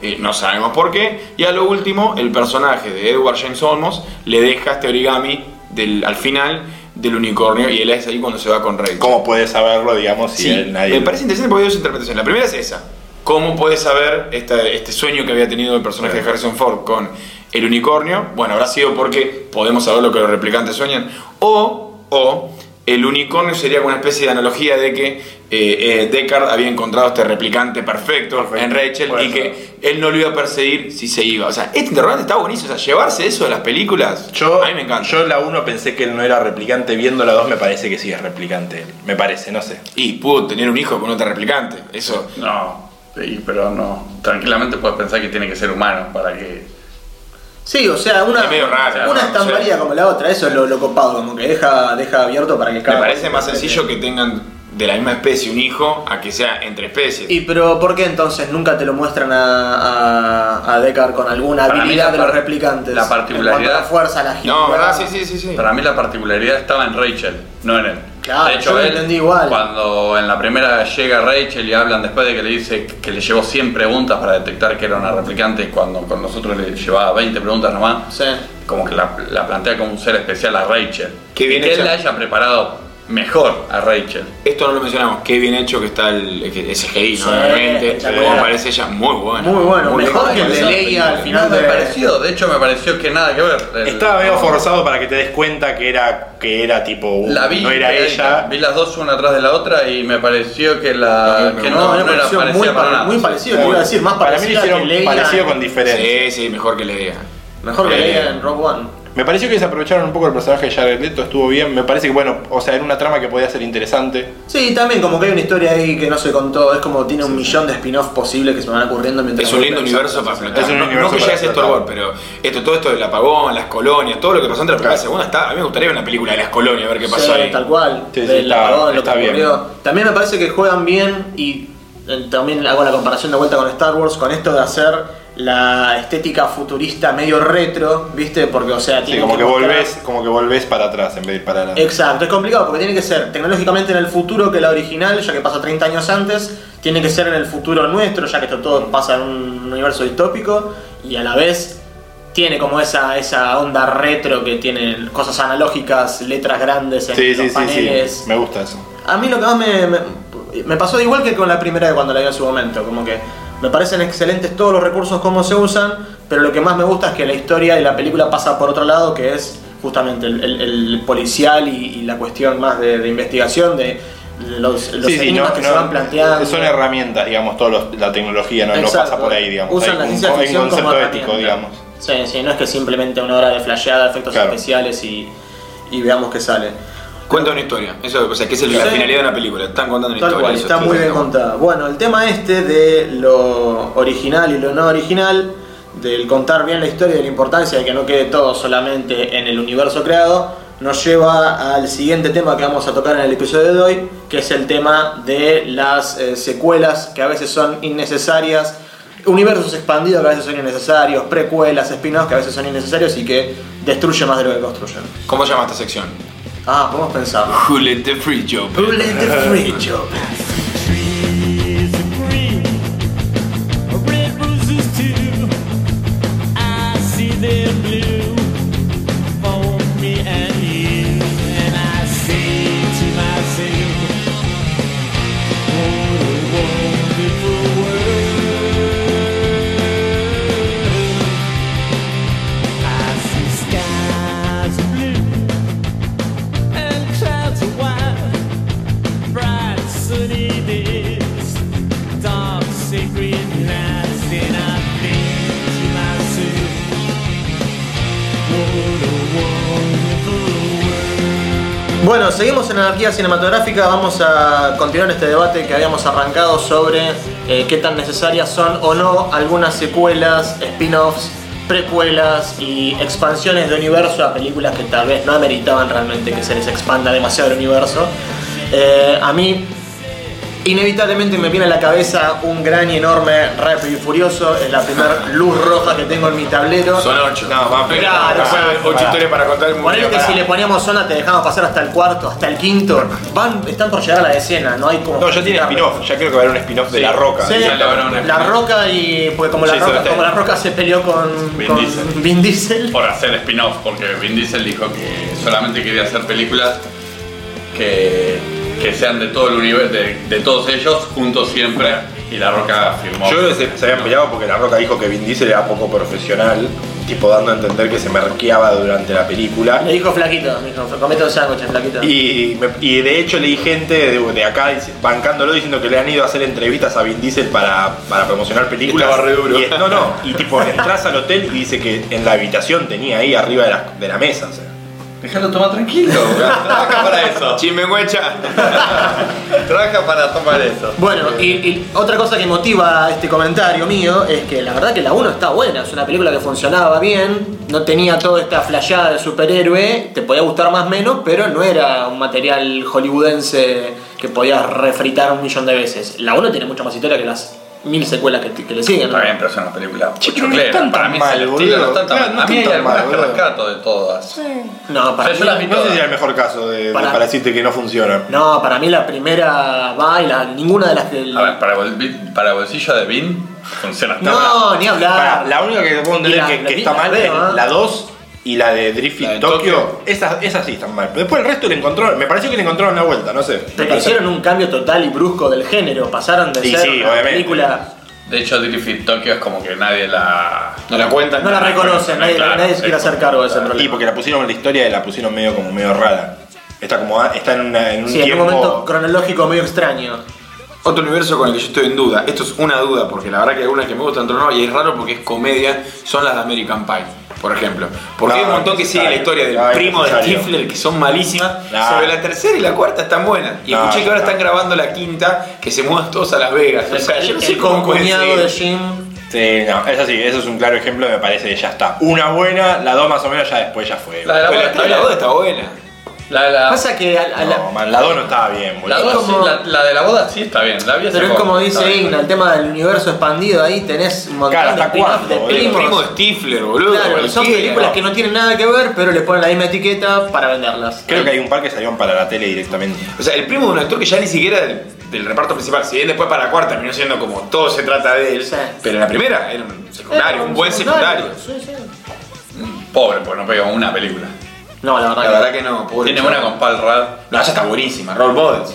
S3: Eh, no sabemos por qué. Y a lo último, el personaje de Edward James Olmos le deja este origami del, al final del unicornio y él es ahí cuando se va con Rey.
S2: ¿Cómo puedes saberlo, digamos, si
S3: Sí,
S2: él- nadie.
S3: me parece interesante porque hay dos interpretaciones. La primera es esa. ¿Cómo puede saber esta- este sueño que había tenido el personaje de Harrison Ford con el unicornio? Bueno, habrá sido porque podemos saber lo que los replicantes sueñan. O, o el unicornio sería como una especie de analogía de que eh, eh, Deckard había encontrado este replicante perfecto, en Rachel
S2: puede
S3: y
S2: ser.
S3: que él no lo iba a perseguir si se iba. O sea, este interrogante está buenísimo. O sea, llevarse eso de las películas,
S2: Yo,
S3: a mí me encanta.
S2: yo la 1 pensé que él no era replicante, viendo la 2 me parece que sí es replicante él. Me parece, no sé.
S3: y pudo tener un hijo con otra replicante. Eso.
S4: No, sí, pero no. Tranquilamente puedes pensar que tiene que ser humano para que.
S1: Sí, o sea, una,
S3: Es medio raro,
S1: una
S3: ¿no?
S1: es tan
S3: Sí.
S1: válida como la otra, eso es lo, lo copado, como que deja, deja abierto para que
S3: Me
S1: cada.
S3: parece más sencillo que tengan de la misma especie un hijo a que sea entre especies.
S1: ¿Y pero por qué entonces nunca te lo muestran a, a, a Deckard con alguna
S4: Para mí
S1: habilidad
S4: la
S1: de los
S4: par-
S1: particulares?
S4: la
S1: La
S4: particularidad-
S1: fuerza, la agilidad.
S3: no, ¿verdad? Sí, sí, sí, sí.
S4: Para mí la particularidad estaba en Rachel, no en él.
S1: Claro, yo lo entendí igual.
S4: Cuando en la primera llega Rachel y hablan después de que le dice que le llevó 100 preguntas para detectar que era una replicante, cuando con nosotros le llevaba 20 preguntas nomás,
S1: Sí.
S4: como que la, la plantea como un ser especial a Rachel.
S3: Qué
S4: Y
S3: bien
S4: que
S3: hecha.
S4: él la haya preparado mejor a Rachel.
S3: Esto no lo mencionamos, qué bien hecho que está el, el SGI,
S1: Sí,
S3: ¿no? Obviamente,
S1: espectacular.
S3: como parece ella, muy bueno.
S1: Muy bueno, mejor que el de
S3: esa
S1: Leia al
S3: película.
S1: final
S4: me
S1: de.
S4: pareció, de hecho me pareció que nada que ver. El-
S2: Estaba medio
S4: no,
S2: forzado para que te des cuenta que era, que era tipo. un-
S4: La vi,
S2: no era
S4: pero
S2: ella.
S4: vi las dos una atrás de la otra y me pareció que la
S3: No,
S4: que
S1: No,
S4: no,
S1: Eh, me
S4: no era
S1: pareció muy,
S4: parecida para
S1: pare-
S4: nada.
S1: muy parecido, te iba a decir, más
S2: para mí lo
S1: parecido que
S2: hicieron
S1: Leia.
S2: parecido con diferencia.
S3: Sí, sí, mejor que Leia.
S1: Mejor que
S2: Eh,
S1: Leia en Rogue One.
S2: Me pareció que desaprovecharon un poco el personaje de Jared Leto, estuvo bien. Me parece que, bueno, o sea, era una trama que podía ser interesante.
S1: Sí, también como que hay una historia ahí que no se contó, es como tiene un millón de spin-offs posibles que se van ocurriendo mientras...
S3: Es un lindo
S1: voy
S3: universo para
S1: pensando.
S3: explotar.
S2: Es un
S3: no,
S2: universo
S3: no que
S2: para
S3: llegue a ser Star
S2: explotar.
S3: Wars, pero esto, todo esto del apagón, las colonias, todo lo que pasó entre la primera y la segunda, está, a mí me gustaría ver una película de las colonias, a ver qué pasó
S1: Sí,
S3: ahí.
S1: tal cual.
S2: Sí, sí,
S1: del
S2: está-
S1: apagón, lo que
S2: está bien.
S1: ocurrió. También me parece que juegan bien y eh, también hago la comparación de vuelta con Star Wars con esto de hacer la estética futurista medio retro, ¿viste? Porque, o sea,
S2: Sí,
S1: tienen
S2: como que
S1: mostrar-
S2: volvés, como que volvés para atrás en vez de ir para adelante.
S1: Exacto, es complicado porque tiene que ser tecnológicamente en el futuro que la original, ya que pasa 30 años antes, tiene que ser en el futuro nuestro, ya que esto todo pasa en un universo distópico, y a la vez tiene como esa, esa onda retro que tiene cosas analógicas, letras grandes en
S2: Sí,
S1: los
S2: sí, sí,
S1: paneles.
S2: sí. Me gusta eso.
S1: A mí lo que más me, me- me pasó igual que con la primera de cuando la vi en su momento, como que me parecen excelentes todos los recursos como se usan, pero lo que más me gusta es que la historia y la película pasa por otro lado, que es justamente el, el- el policial y, y la cuestión más de, de investigación, de los, los
S2: Sí, sí,
S1: enigmas
S2: no-
S1: que
S2: no-
S1: se van planteando.
S2: Son herramientas, digamos, toda los- la tecnología, no, no
S1: Exacto.
S2: pasa por ahí, digamos.
S1: Usan
S2: hay
S1: la
S2: un,
S1: ciencia
S2: hay un
S1: ficción como
S2: concepto ético,
S1: herramienta.
S2: digamos.
S1: Sí, sí, no es que simplemente una hora de flasheada, efectos
S2: Claro.
S1: especiales y, y veamos qué sale.
S3: Cuenta una historia, eso, o sea, que es el- la
S1: Sí.
S3: finalidad de una película, están contando una
S1: Tal
S3: historia.
S1: cual,
S3: eso
S1: está muy bien
S3: bueno.
S1: contada. Bueno, el tema este de lo original y lo no original, del contar bien la historia y de la importancia de que no quede todo solamente en el universo creado, nos lleva al siguiente tema que vamos a tocar en el episodio de hoy, que es el tema de las eh, secuelas que a veces son innecesarias, universos expandidos que a veces son innecesarios, precuelas, spin-offs que a veces son innecesarios y que destruyen más de lo que construyen.
S3: ¿Cómo se llama esta sección?
S1: Ah, podemos pensar.
S3: Who let the free job?
S1: Who let the free jump?
S5: trees are green, red roses too. I see them blue for me and you, and I say to myself, what a wonderful world. I see skies are blue and clouds are white bright sunny days, dark sacred nights, and I think to myself, what a wonderful world.
S1: Bueno, seguimos en Anarquía Cinematográfica, vamos a continuar este debate que habíamos arrancado sobre eh, qué tan necesarias son o no algunas secuelas, spin-offs, precuelas y expansiones de universo a películas que tal vez no ameritaban realmente que se les expanda demasiado el universo. Eh, a mí Inevitablemente me viene a la cabeza un gran y enorme Rápido y Furioso, es la primera luz roja que tengo en mi tablero.
S3: Son ocho.
S2: No, va, pero-
S1: Claro,
S3: Ah,
S1: claro.
S3: ocho historias para contar el mundo.
S1: Ponele que si le poníamos zona te dejamos pasar hasta el cuarto, hasta el quinto. Van, están por llegar a la decena, no hay como.
S2: No, ya tiene spin-off, ya creo que va a haber un spin-off de La Roca.
S1: Sí,
S4: Ya le habrá un
S1: la
S4: spin-off.
S1: roca y. Porque como la
S2: Jason
S1: roca,
S2: Statham.
S1: como la roca se peleó con
S4: Vin
S1: con
S4: Diesel.
S1: Vin Diesel.
S4: por hacer spin-off, porque Vin Diesel dijo que solamente quería hacer películas que, que sean de todo el universo, de, de todos ellos, juntos siempre. Y La Roca firmó.
S2: Yo creo que se, se habían peleado porque La Roca dijo que Vin Diesel era poco profesional tipo dando a entender que se merqueaba durante la película.
S1: Me dijo flaquito, me dijo, comete un sándwich, flaquito.
S2: Y, me- y de hecho leí gente de, de acá dic- bancándolo diciendo que le han ido a hacer entrevistas a Vin Diesel para, para promocionar películas.
S3: Estaba re duro.
S2: Y es- no, no. Y tipo, entras al hotel y dice que en la habitación tenía ahí arriba de la, de la mesa. o sea.
S4: Déjalo tomar tranquilo, trabaja para eso.
S3: Chimenguecha.
S4: Trabaja para tomar eso.
S1: Bueno, y, y otra cosa que motiva este comentario mío es que la verdad que la 1 está buena, es una película que funcionaba bien, no tenía toda esta flasheada de superhéroe, te podía gustar más o menos, pero no era un material hollywoodense que podías refritar un millón de veces. La 1 tiene mucha más historia que las mil secuelas que, que le siguen. ¿no?
S4: Está bien, pero es una película
S2: pero no
S4: pochoclera.
S2: están
S4: Para
S2: tan
S4: mí es el
S2: mal,
S4: estilo, no
S2: boludo.
S4: están tan
S2: Claro, no
S4: A mí hay
S2: están tan mal,
S4: algunas que
S2: boludo.
S4: rescato de todas.
S1: No, para
S4: O sea, yo
S1: mí-
S4: las vi
S2: No sé si
S4: todas.
S2: era el mejor caso de, de-
S1: Para-
S2: para. decirte que no funciona.
S1: No, para mí la primera va y la, ninguna de las que...
S4: A ver, para, bol- para bolsillo de Vin funciona hasta ahora.
S1: no, ni hablar.
S2: Pará, la única que te puedo entender
S1: Y la-
S2: que,
S1: la-
S2: que está
S1: la
S2: mal
S1: veo, ¿eh?
S2: es la 2 y la de Drift
S3: La de
S2: in Tokio.
S3: Tokio.
S2: Esas, esas sí están mal. Pero después el resto le encontró. Me pareció que le encontraron la vuelta, no sé. Me
S1: Pero
S2: parece.
S1: hicieron un cambio total y brusco del género, pasaron de
S2: Sí,
S1: ser
S2: sí,
S1: una
S2: obviamente.
S1: película...
S4: De hecho, Griffith Tokio es como que nadie la.
S3: No la cuentan.
S1: No la reconocen, nadie,
S4: Claro,
S1: nadie se quiere hacer cargo de ese problema.
S2: Y porque la pusieron la historia y la pusieron medio como medio rara. Está como ah, está en, una- en un
S1: Sí, en un
S2: tiempo.
S1: momento cronológico medio extraño.
S3: Otro universo con el que yo estoy en duda. Esto es una duda, porque la verdad que hay algunas que me gustan, otras no, y es raro porque es comedia, son las de American Pie, por ejemplo. Porque
S2: No,
S3: hay un montón que sigue la
S2: necesario.
S3: historia del
S2: No,
S3: primo de
S2: necesario.
S3: Stifler, que son malísimas,
S2: No.
S3: pero la tercera y la cuarta están buenas. Y
S2: No,
S3: escuché que ahora
S2: no.
S3: están grabando la quinta, que se mudan todos a Las Vegas. O sea, yo no sé
S1: el
S3: cómo puede
S1: concuñado de
S3: ser.
S1: Jim.
S2: Sí, no, eso sí, eso es un claro ejemplo, me parece que ya está. Una buena, la dos más o menos ya después ya fue.
S4: La de la
S3: Pero
S4: boda
S3: la
S4: está
S3: tres y la
S4: bien.
S3: dos está buena.
S4: La de la.
S1: Pasa que a- a la-
S2: No, man, la dos no estaba bien,
S4: la
S2: boludo.
S4: boda sí,
S1: como-
S4: la- la de la boda sí está bien. La vi hace
S1: pero es
S4: poco.
S1: como
S4: Está
S1: dice
S4: bien.
S1: Igna, el tema del universo expandido ahí tenés un montón
S2: Claro,
S1: de
S2: ¿hasta
S1: spin-off de
S2: cuándo,
S3: El
S2: boludo?
S3: primo
S1: primos.
S3: de Stifler, boludo.
S1: Claro, son
S3: cualquiera.
S1: películas que no tienen nada que ver, pero le ponen la misma etiqueta para venderlas.
S2: Creo que hay un par que salieron para la tele directamente.
S3: O sea, el primo de un actor que ya ni siquiera del, del reparto principal, si bien después para la cuarta terminó siendo como todo se trata de él,
S1: Sí.
S3: pero en la primera era un secundario, un buen secundario.
S1: Sí, sí.
S4: Pobre, pues no pegó una película.
S1: No, la verdad,
S3: La
S1: que-
S3: verdad que no, pobre
S4: Tiene
S3: chaval.
S4: una con Paul Rudd.
S3: No, esa está buenísima, Roll Models.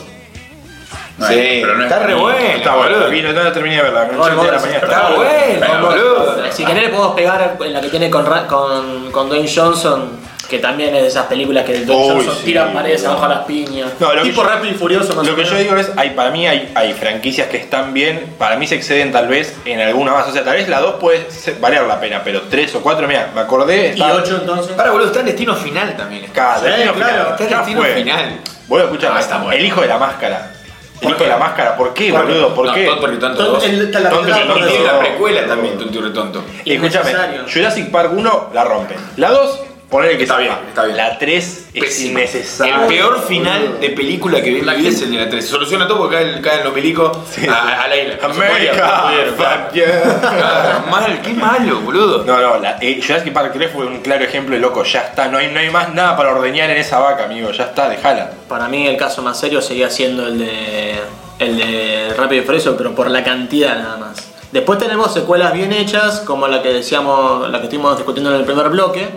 S4: No
S3: sí,
S4: es- pero no es
S3: está re
S4: buena.
S3: buena,
S2: Está
S3: Eh, boludo.
S2: bueno, vi, no, no la terminé de verla, me
S1: No,
S2: enteré de la
S1: no,
S2: mañana.
S1: está
S3: Está buena,
S4: Pero-
S3: boludo.
S1: Si querés le podemos pegar en la que tiene con, Ra- con, con Dwayne Johnson, que también es de esas películas que Dwayne
S2: Uy,
S1: Johnson
S2: sí,
S1: tira paredes
S2: boludo.
S1: abajo a las piñas.
S2: No, lo que
S1: tipo
S2: yo-
S1: rápido y furioso más
S2: Lo
S1: o
S2: que
S1: menos.
S2: yo digo es, hay, para mí hay, hay franquicias que están bien, para mí se exceden tal vez en alguna más. O sea, tal vez la 2 puede ser- valer la pena, pero 3 o 4, mira, me acordé.
S1: Y
S2: está-
S1: 8 entonces.
S3: Para, boludo, está en destino final también. Está
S2: Cada
S1: Sí,
S2: destino
S1: claro,
S2: final.
S3: está en
S2: Ya
S3: destino
S2: fue.
S3: final.
S2: Boludo, escuchame,
S3: Ah, está bueno.
S2: el hijo de la máscara. El
S3: ¿Por
S2: hijo
S3: qué?
S2: de la máscara, ¿por qué,
S1: ¿Por qué?
S2: boludo? ¿Por
S3: No,
S2: qué?
S3: Tonto y Tonto
S1: Entonces,
S3: dos.
S1: el- la- la-
S2: Tonto
S1: la-
S2: y
S1: la-
S3: Y tiene
S2: Tonto.
S3: la precuela también, Tonto y Tonto.
S2: Y escúchame,
S1: Innecesario.
S2: Jurassic Park 1, la rompe. La 2, ponele que
S3: Está
S2: se
S3: bien,
S2: va.
S3: está bien.
S2: La 3 es
S3: Pésima.
S2: innecesaria.
S3: El peor final de película que vi en mi vida es el de la 3. Se soluciona todo porque caen, caen los milicos a, a la isla. No se
S2: América,
S3: podía, no pudieron, claro.
S2: fuck yeah.
S3: Claro, mal, qué malo, boludo.
S2: No, no, la, eh, Jurassic Park 3 fue un claro ejemplo de loco, ya está, no hay, no hay más nada para ordeñar en esa vaca, amigo, ya está, dejala.
S1: Para mí el caso más serio seguía siendo el de el de Rápido y Furioso, pero por la cantidad nada más. Después tenemos secuelas bien hechas, como la que decíamos, la que estuvimos discutiendo en el primer bloque,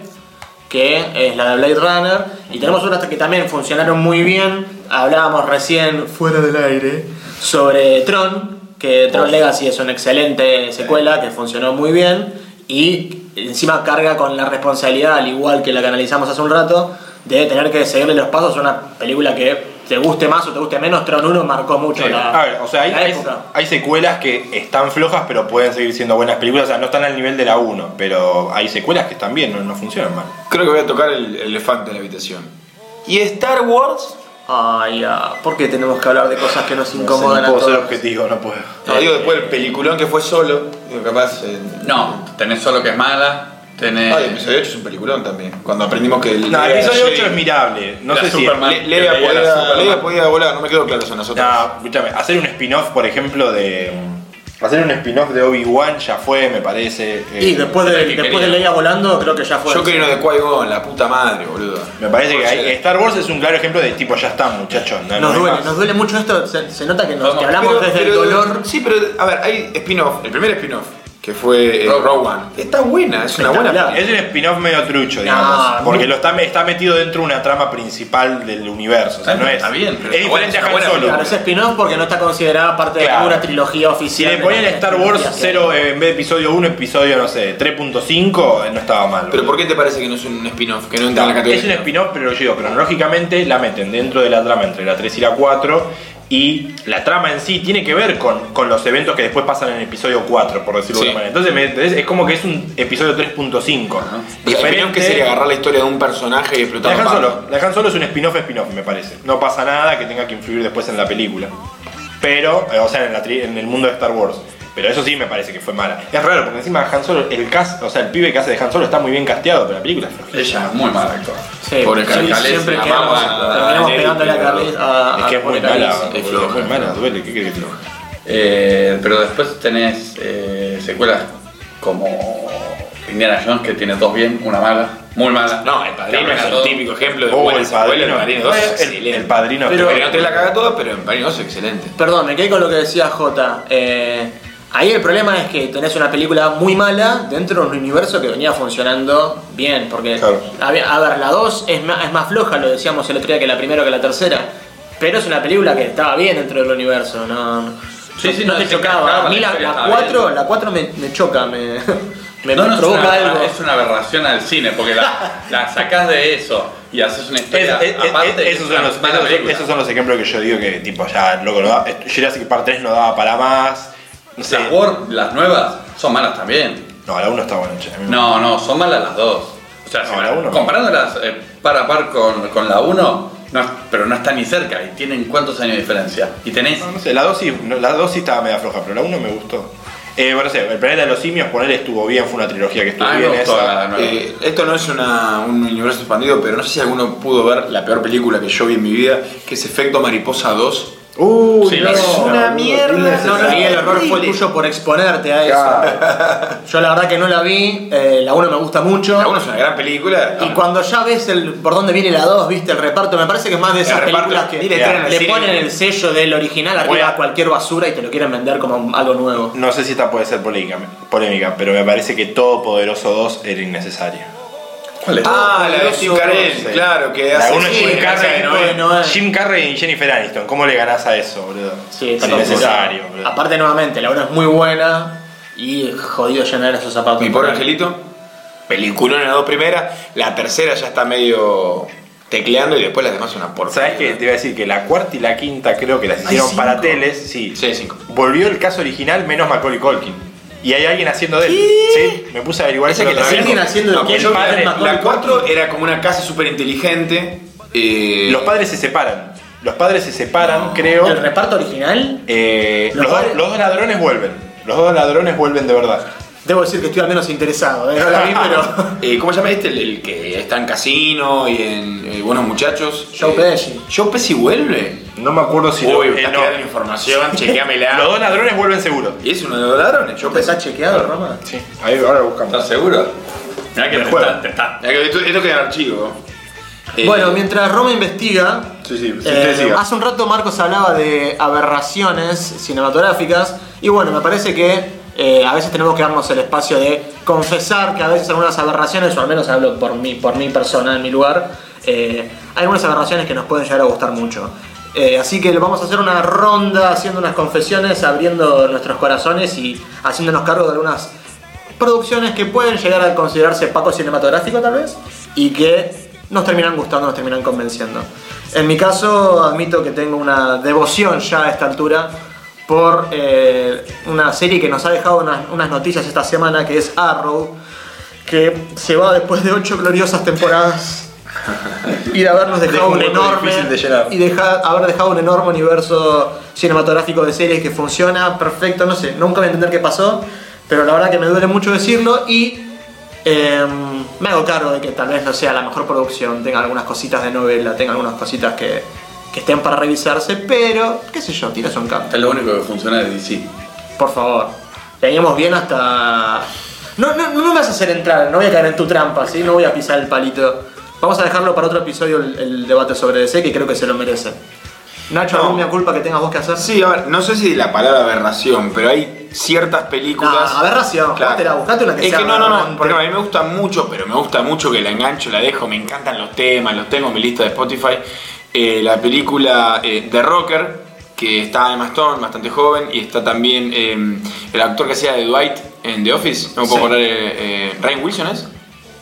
S1: que es la de Blade Runner, y tenemos otras que también funcionaron muy bien. Hablábamos recién fuera del aire sobre Tron, que Tron Legacy es una excelente secuela que funcionó muy bien y encima carga con la responsabilidad, al igual que la que analizamos hace un rato, de tener que seguirle los pasos a una película que te guste más o te guste menos. Tron 1 marcó mucho la,
S2: A ver, o sea, hay,
S1: la
S2: hay-
S1: época.
S2: hay secuelas que están flojas pero pueden seguir siendo buenas películas, o sea, no están al nivel de la 1, pero hay secuelas que están bien, no, no funcionan mal.
S3: Creo que voy a tocar el, el elefante en la habitación. ¿Y Star Wars?
S1: Ay, ah, ¿por qué tenemos que hablar de cosas que nos incomodan
S2: no
S1: a
S2: puedo ser
S1: todos?
S2: objetivo, no puedo.
S3: No, digo después el peliculón que fue solo. Digo, capaz. eh,
S4: No, tenés solo que es mala. Tenés.
S3: Ah, el episodio 8 es un peliculón también. Cuando aprendimos que el.
S2: No, el
S3: Leia
S2: episodio
S3: Jedi-
S2: 8 es mirable, no
S4: La
S2: sé si...
S4: Superman.
S3: Le- Leia
S4: Que leía la
S3: podía,
S4: Superman.
S3: Leia podía volar, no me quedó claro eso en las otras.
S2: No, escúchame, hacer un spin-off, por ejemplo, de... mm, Hacer un spin-off de Obi-Wan ya fue, me parece. eh,
S1: Y después
S4: Era
S1: de,
S4: el que
S1: después de
S4: quería.
S1: Leia volando, creo que ya fue.
S3: Yo quería uno de Qui-Gon, la puta madre, boludo.
S2: Me parece que hay-
S3: Jedi.
S2: Star Wars es un claro ejemplo de tipo, ya está, muchachos. no- no
S1: Nos
S2: hay
S1: duele,
S2: más.
S1: nos duele mucho esto. Se, se nota que, nos,
S4: Vamos,
S1: que hablamos
S3: Pero-
S1: desde
S3: pero-
S1: el dolor.
S3: Sí, pero a ver, hay spin-off. El primer spin-off que fue eh,
S4: Rogue One.
S3: Rogue One. Está buena, es una buena
S1: Espectacular.
S3: película.
S2: Es un spin-off medio trucho,
S1: No,
S2: digamos.
S1: no.
S2: porque lo está, está metido dentro de una trama principal del universo. O sea, no es.
S4: Está bien, pero
S2: es
S4: está buena,
S2: diferente a
S4: está
S2: Han
S4: buena
S2: Solo.
S1: Claro, es spin-off porque no está considerada parte de
S2: Claro.
S1: ninguna trilogía
S2: Si
S1: oficial.
S2: le
S1: de
S2: ponían
S1: la-
S2: Star Wars
S1: trilogía que-
S2: 0 en vez de episodio 1, episodio, no sé, 3.5, eh, no estaba mal.
S3: Pero ¿por qué te parece que no es un spin-off? Que no entra en la categoría.
S2: Es un spin-off, pero yo digo, cronológicamente la meten dentro de la trama entre la 3 y la 4. Y la trama en sí tiene que ver con, con los eventos que después pasan en el episodio 4, por decirlo
S3: Sí.
S2: de alguna manera. Entonces, ¿me entendés? es como que es un episodio 3.5.
S3: Y el spin-off
S2: Diferente-
S3: que sería agarrar la historia de un personaje y explotarlo.
S2: La Han
S3: aparte.
S2: Solo. La Han Solo es un spin-off spin-off, me parece. No pasa nada que tenga que influir después en la película. Pero, eh, o sea, en, la tri- en el mundo de Star Wars. Pero eso sí me parece que fue mala. Es raro, porque encima Han Solo, el cast, o sea, el pibe que hace de Han Solo está muy bien casteado, pero la película es flojita.
S4: Ella es muy mala actor.
S1: Sí,
S3: Pobre
S1: sí,
S3: Carlitos,
S1: siempre
S4: la
S1: quedamos,
S4: mala-
S1: terminamos
S3: Nelly,
S1: pegándole a
S3: pero-
S1: Carlitos. a-
S2: Es
S1: a-
S2: que es muy
S1: pobre
S2: mala,
S1: Carlitos.
S2: es
S4: floja.
S2: muy mala, duele, ¿qué crees que te diga?
S4: Eh, pero después tenés eh, secuelas como Indiana Jones, que tiene dos bien, una mala, muy mala.
S3: No, el padrino
S4: Te arruina
S3: es el
S4: todo.
S3: típico ejemplo de
S2: Oh,
S3: buena
S2: el Padrino.
S3: secuela, El padrino 2 es
S2: El-
S3: excelente.
S2: el Padrino.
S3: Pero,
S2: Pero-
S3: no te la caga toda, pero el padrino 2 es excelente.
S1: Perdón, me quedé con lo que decía Jota. Eh, ahí el problema es que tenés una película muy mala dentro de un universo que venía funcionando bien. Porque,
S2: Claro.
S1: a, ver, a ver, la 2 es más, es más floja, lo decíamos el otro día, que la primera que la tercera. Pero es una película que estaba bien dentro del universo, no, no-
S4: Sí, sí,
S1: no
S4: no,
S1: te
S4: se
S1: chocaba.
S4: encajaba,
S1: A mí la
S4: la historia estaba
S1: 4
S4: bien.
S1: la cuatro me, me choca, me, me
S4: No, no,
S1: provoca
S4: es una,
S1: algo.
S4: Es una aberración al cine, porque la, la sacás de eso y haces una
S2: Es-
S4: historia.
S2: es- es-
S4: aparte,
S2: esos,
S4: es
S2: son
S4: una
S2: los,
S4: mala
S2: esos-
S4: película.
S2: esos son los ejemplos que yo digo que, tipo, ya, loco, no da, Jurassic Park 3 no daba para más. No sé.
S4: Las Word, las nuevas, son malas también.
S2: No, la 1 está buena, che. a mí me
S4: No, no, son malas las dos. O sea,
S2: No,
S4: si
S2: la
S4: la-
S2: uno.
S4: comparándolas eh, par a par con, con la 1, no, es- pero no está ni cerca. Y tienen cuántos años de diferencia. Y tenés.
S2: No, no sé, la 2 sí, no, la dos sí estaba media floja, pero la 1 me gustó. Eh, bueno, no sé, el planeta de los simios, por él estuvo bien, fue una trilogía que estuvo
S4: Ah, me
S2: bien
S4: gustó
S2: esa.
S4: la nueva.
S3: Eh, esto no es una- un universo expandido, pero no sé si alguno pudo ver la peor película que yo vi en mi vida, que es Efecto Mariposa 2.
S2: Uy,
S4: Sí,
S2: no,
S4: es
S1: una
S2: no,
S1: mierda. No, no, y el error fue tuyo por exponerte a eso. Yo la verdad que no la vi, eh, la 1 me gusta mucho.
S3: La 1 es una gran película.
S1: Y cuando ya ves el, por dónde viene la 2, viste el reparto, me parece que es más de esas
S3: reparto,
S1: películas que
S3: dile,
S2: traen
S1: le,
S2: al
S1: le
S3: cine.
S1: ponen el sello del original arriba
S2: Bueno.
S1: a cualquier basura y te lo quieren vender como un- algo nuevo.
S2: No sé si esta puede ser polémica, polémica, pero me parece que Todopoderoso 2 era innecesario.
S4: ¿Cuál es?
S3: Ah, la de Jim Carrey,
S2: Sí.
S3: claro, que
S2: La
S3: hace...
S2: 1 es Jim
S1: sí,
S2: Carrey,
S1: sí, no, no, no.
S2: Jim Carrey y Jennifer Aniston. ¿Cómo le ganás a eso, boludo?
S1: Sí,
S2: Tan
S1: sí,
S2: innecesario,
S1: sí.
S2: boludo.
S1: Aparte nuevamente, la 1 es muy buena y jodido llenar esos zapatos.
S3: Mi pobre angelito. Peliculón en las dos primeras. La tercera ya está medio tecleando y después las demás son una porquería.
S2: ¿Sabes qué? Te iba a decir que la cuarta y la quinta creo que las hicieron
S1: cinco.
S2: para teles. Sí.
S3: Sí, cinco.
S2: Volvió el caso original menos Macaulay Colkin. Y hay alguien haciendo de él. Sí, me puse a averiguar
S3: Parece
S2: eso
S3: que
S2: la otra
S1: la
S2: vez.
S1: siguen haciendo
S3: No,
S1: de
S2: el padre-
S3: La 4 era como una casa súper inteligente.
S2: Los padres se separan. Los padres se separan, creo.
S1: El reparto original,
S2: Eh,
S1: Los
S2: los, dos-
S1: padres-
S2: los dos ladrones vuelven. Los dos ladrones vuelven de verdad.
S1: debo decir que estoy al menos interesado, ¿eh? no la vi, pero...
S3: Eh, ¿Cómo se llama este? El, el que está en casino y en eh, Buenos Muchachos.
S1: Joe
S3: Eh,
S1: Pesci.
S3: Joe Pesci vuelve.
S2: No me acuerdo si
S3: Uy,
S2: lo-
S3: me
S2: eh,
S3: está
S2: no.
S3: quedando información,
S2: Los
S3: chequeamela.
S2: dos ladrones vuelven seguro.
S3: y es uno de los ladrones, Joe
S1: ¿Te
S3: Pesci.
S1: está chequeado, Roma?
S2: Sí, ahí ahora lo
S4: ¿Estás
S2: buscamos.
S4: seguro? Mirá que
S2: Me
S4: te
S2: juego.
S4: está, te está-
S3: Mirá Ah, que Esto, esto queda en archivo. Eh,
S1: Bueno, mientras Roma investiga,
S2: Sí, sí, sí,
S1: Eh,
S2: usted siga.
S1: hace un rato Marcos hablaba de aberraciones cinematográficas y bueno, me parece que eh, a veces tenemos que darnos el espacio de confesar que a veces algunas aberraciones, o al menos hablo por mi, por mi persona, en mi lugar, eh, hay algunas aberraciones que nos pueden llegar a gustar mucho. Eh, así que vamos a hacer una ronda haciendo unas confesiones, abriendo nuestros corazones y haciéndonos cargo de algunas producciones que pueden llegar a considerarse paco cinematográfico tal vez y que nos terminan gustando, nos terminan convenciendo. En mi caso admito que tengo una devoción ya a esta altura por eh, una serie que nos ha dejado unas, unas noticias esta semana que es Arrow, que se va después de ocho gloriosas temporadas y de habernos dejado
S2: un
S1: un
S2: hueco
S1: enorme
S2: difícil de llenar.
S1: y deja- haber dejado un enorme universo cinematográfico de series que funciona perfecto, no sé, nunca voy a entender qué pasó, pero la verdad que me duele mucho decirlo y eh, me hago cargo de que tal vez no sea la mejor producción, tenga algunas cositas de novela, tenga algunas cositas que, que estén para revisarse, pero qué sé yo, tiras un canto,
S4: Es lo único que funciona de DC.
S1: por favor. Veníamos bien hasta... No, no, no me vas a hacer entrar, no voy a caer en tu trampa, ¿sí? No voy a pisar el palito. Vamos a dejarlo para otro episodio el, el debate sobre DC, que creo que se lo merece. Nacho,
S3: No.
S1: ¿alguna culpa que tengas vos que hacer?
S3: Sí, a ver, no sé si la palabra aberración, pero hay ciertas películas.
S1: No, aberración. Jugátela, buscate una que
S3: es
S1: sea
S3: que no, no, no.
S1: aberrante.
S3: Por ejemplo, a mí me gusta mucho, pero me gusta mucho que la engancho, la dejo. Me encantan los temas, los tengo en mi lista de Spotify. Eh, la película eh, The Rocker, que está Emma Stone, bastante joven, y está también eh, el actor que hacía de Dwight en The Office. No me puedo
S1: Sí.
S3: acordar, eh, eh, Ryan Wilson es.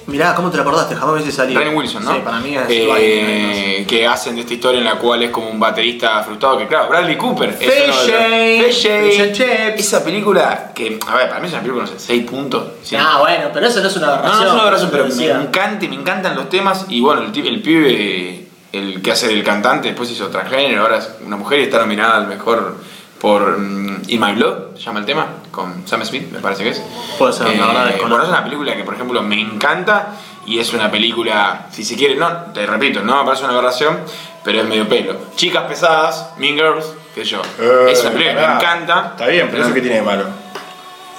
S1: Mirá, ¿cómo te lo acordaste? Jamás hubiese salido.
S3: Ryan Wilson, ¿no?
S1: Sí, para mí es.
S3: Eh,
S1: Dwight,
S3: que hacen de esta historia en la cual es como un baterista frustrado, que claro, Bradley Cooper. es
S1: Faye
S3: uno de los-
S1: Shane,
S3: Faye Shane.
S1: Fish and Chips.
S3: Esa película, que, a ver, para mí es una película, no sé, 6 puntos.
S1: ¿no?
S3: sí.
S1: Ah, bueno, pero eso no es una
S3: No,
S1: aberración.
S3: no, es una aberración, Ah, pero me
S1: decía.
S3: encanta y me encantan los temas. Y bueno, el, ti- el pibe, el que hace el cantante, después hizo transgénero, ahora es una mujer y está nominada al mejor por mm, In My Blood, se llama el tema, con Sam Smith, me parece que es. Eh,
S1: Puede ser, la verdad desconozco.
S3: bueno, es una película que, por ejemplo, me encanta y es una película, si se quiere, no, te repito, no me parece una aberración, pero es medio pelo. Chicas pesadas, Mean Girls, que yo. es una película que me
S2: Eh, pará.
S3: encanta.
S2: Está bien, pero eso que tiene de malo.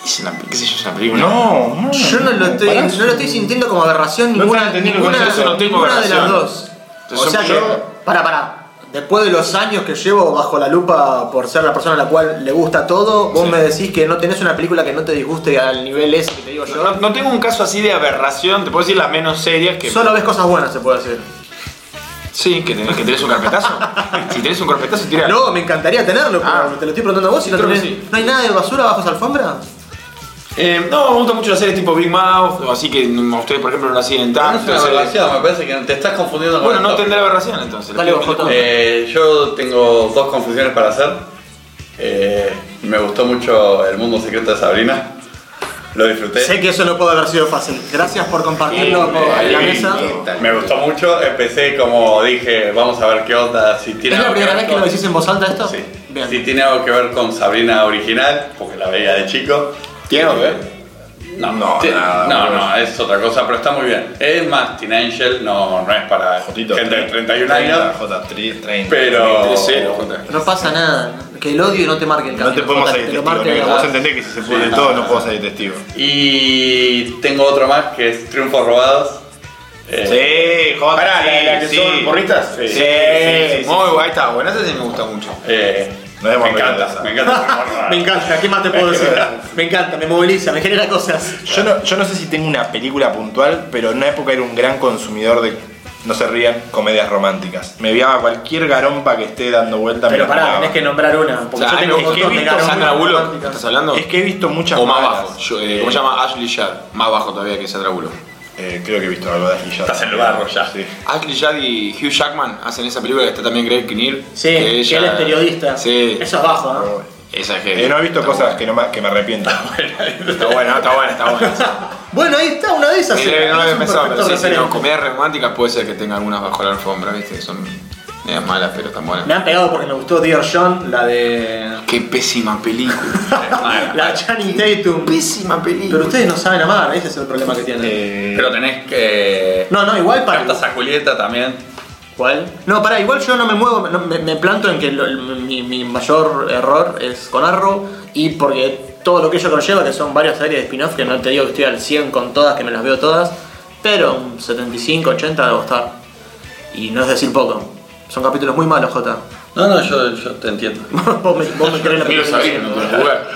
S3: Es una, qué sé yo, es una película.
S2: No, no.
S1: Yo no lo, estoy,
S2: pará.
S1: no lo estoy sintiendo como aberración
S2: No
S1: ninguna,
S2: están entendiendo el
S1: ninguna,
S2: concepto,
S3: no tengo
S1: ninguna de las
S3: aberración.
S1: dos.
S3: Entonces,
S1: o sea
S3: yo-
S1: que, para, para. Después de los años que llevo bajo la lupa por ser la persona a la cual le gusta todo, vos me decís que no tenés una película que no te disguste al nivel ese que te digo yo.
S3: No, no tengo un caso así de aberración, te puedo decir las menos serias que.
S1: Solo ves cosas buenas, se puede decir.
S3: Sí, que tenés, que tenés un carpetazo. si tenés un carpetazo, tira.
S1: No, me encantaría tenerlo, pero
S3: Ah.
S1: te lo estoy preguntando a vos si no
S3: Creo que
S1: tenés-
S3: sí.
S1: ¿No hay nada de basura bajo esa alfombra?
S3: Eh, no, me gusta mucho las series tipo Big Mouth, o así que mm, a ustedes, por ejemplo, no hacían
S4: Ah, No es
S3: tanto.
S4: una
S3: series-
S4: aberración, me parece que te estás confundiendo con
S3: Bueno,
S4: el
S3: no
S4: tópico.
S3: tendré aberración entonces.
S1: Dale,
S3: Pido-
S1: Bojotón.
S4: Eh, yo tengo dos confusiones para hacer. Eh, me gustó mucho El Mundo Secreto de Sabrina. Lo disfruté.
S1: Sé que eso no puede haber sido fácil. Gracias por compartirlo
S4: Sí,
S1: por
S4: eh,
S1: la
S4: sí,
S1: mesa.
S4: Me gustó mucho. Empecé como dije, vamos a ver qué onda. Si tiene
S1: ¿Es la
S4: algo
S1: primera
S4: ver
S1: vez que lo
S4: con-
S1: decís en voz alta esto?
S4: Sí.
S1: Bien.
S4: Si tiene algo que ver con Sabrina original, porque la veía de chico.
S2: ¿Tiene algo que ver?
S4: No,
S2: No,
S4: ti-
S2: nada,
S4: no,
S2: boludo.
S4: no, es otra cosa, pero está muy bien. Es más, Teen Angel no, no es para
S2: Jotito, ¿eh?
S4: gente de 31
S2: 30,
S4: años,
S2: J, 30.
S4: pero...
S3: 3-0, Jota.
S1: No pasa nada. Que el odio no te marque el camino.
S2: No te podemos
S1: Jota,
S2: salir
S1: te lo
S2: testigo,
S1: marque
S2: negro.
S1: la
S2: Vos
S1: voz.
S2: entendés que si se pudre todo, no puedo salir testigo.
S4: Y tengo otro más que es Triunfos Robados. Eh,
S2: Sí, Jota.
S3: Pará, la- la que son
S2: porritas? Sí.
S4: Sí.
S2: sí, sí, sí.
S3: Muy guay, está bueno, esa sí me gusta mucho.
S4: eh,
S2: Nos hemos
S4: me
S2: olvidado de
S4: encanta,
S2: esa.
S4: me encanta. Triunfos Robados.
S1: Me encanta, ¿qué más te puedo decir? Me encanta, me moviliza, me genera cosas.
S2: Yo no, yo no sé si tengo una película puntual, pero en una época era un gran consumidor de, no se rían, comedias románticas. Me viaba cualquier garompa que esté dando vuelta. me
S1: Pero
S2: la
S1: pará,
S2: pegaba.
S1: tenés que nombrar una.
S3: O
S1: Porque
S3: sea,
S1: yo tengo un
S3: es que he
S1: montón de
S3: visto
S1: ganas.
S3: Sandra Bullock, ¿qué ¿estás hablando?
S2: Es que he visto muchas
S3: O más
S2: malas.
S3: bajo. Yo, eh,
S2: Eh,
S3: ¿Cómo se llama? Ashley Judd. Más bajo todavía que Sandra Bullock.
S2: eh, creo que he visto algo de Ashley Judd.
S4: Estás en el barro ya.
S2: Sí.
S3: Ashley Judd y Hugh Jackman hacen esa película que está también Greg Kinnear.
S1: Sí, que
S3: ella-
S1: él es periodista.
S3: Sí.
S1: Eso es bajo, ¿no?
S3: Esa es
S2: Eh,
S3: heavy.
S2: no he visto
S3: Está
S2: cosas
S3: buena.
S2: que, no me, que me arrepiento.
S3: Está bueno, está bueno, está bueno.
S1: Bueno, ahí está, una de esas.
S3: Mira,
S1: eh,
S3: no
S1: es
S3: lo había
S1: un
S3: pensado, pero
S1: perfecto
S3: sí, sí, no,
S1: referente.
S3: comedias románticas puede ser que tenga algunas bajo la alfombra, viste, que son medias malas, pero tan
S1: Me
S3: buenas.
S1: han pegado porque me gustó Dear John, la de.
S3: Qué pésima película.
S4: Eh,
S1: La Channing Tatum.
S3: pésima
S1: Pero
S3: película.
S1: ustedes no saben amar, ese es el problema que tienen.
S2: Eh,
S4: Pero tenés que...
S1: No, no, igual para.
S4: Cartas a Julieta también.
S1: ¿Cuál? No, pará, igual yo no me muevo, no, me, me planto en que lo- el- mi, mi mayor error es con Arrow y porque todo lo que ello conlleva, que son varias series de spin-off, que no te digo que estoy al 100 con todas, que me las veo todas, pero un 75, 80 debo estar. Y no es decir poco. Son capítulos muy malos, Jota.
S4: No, no, yo, yo te entiendo.
S1: vos me, vos me creés la
S3: Quiero
S1: primera
S3: saber,
S1: vez.
S3: no te lo jugar.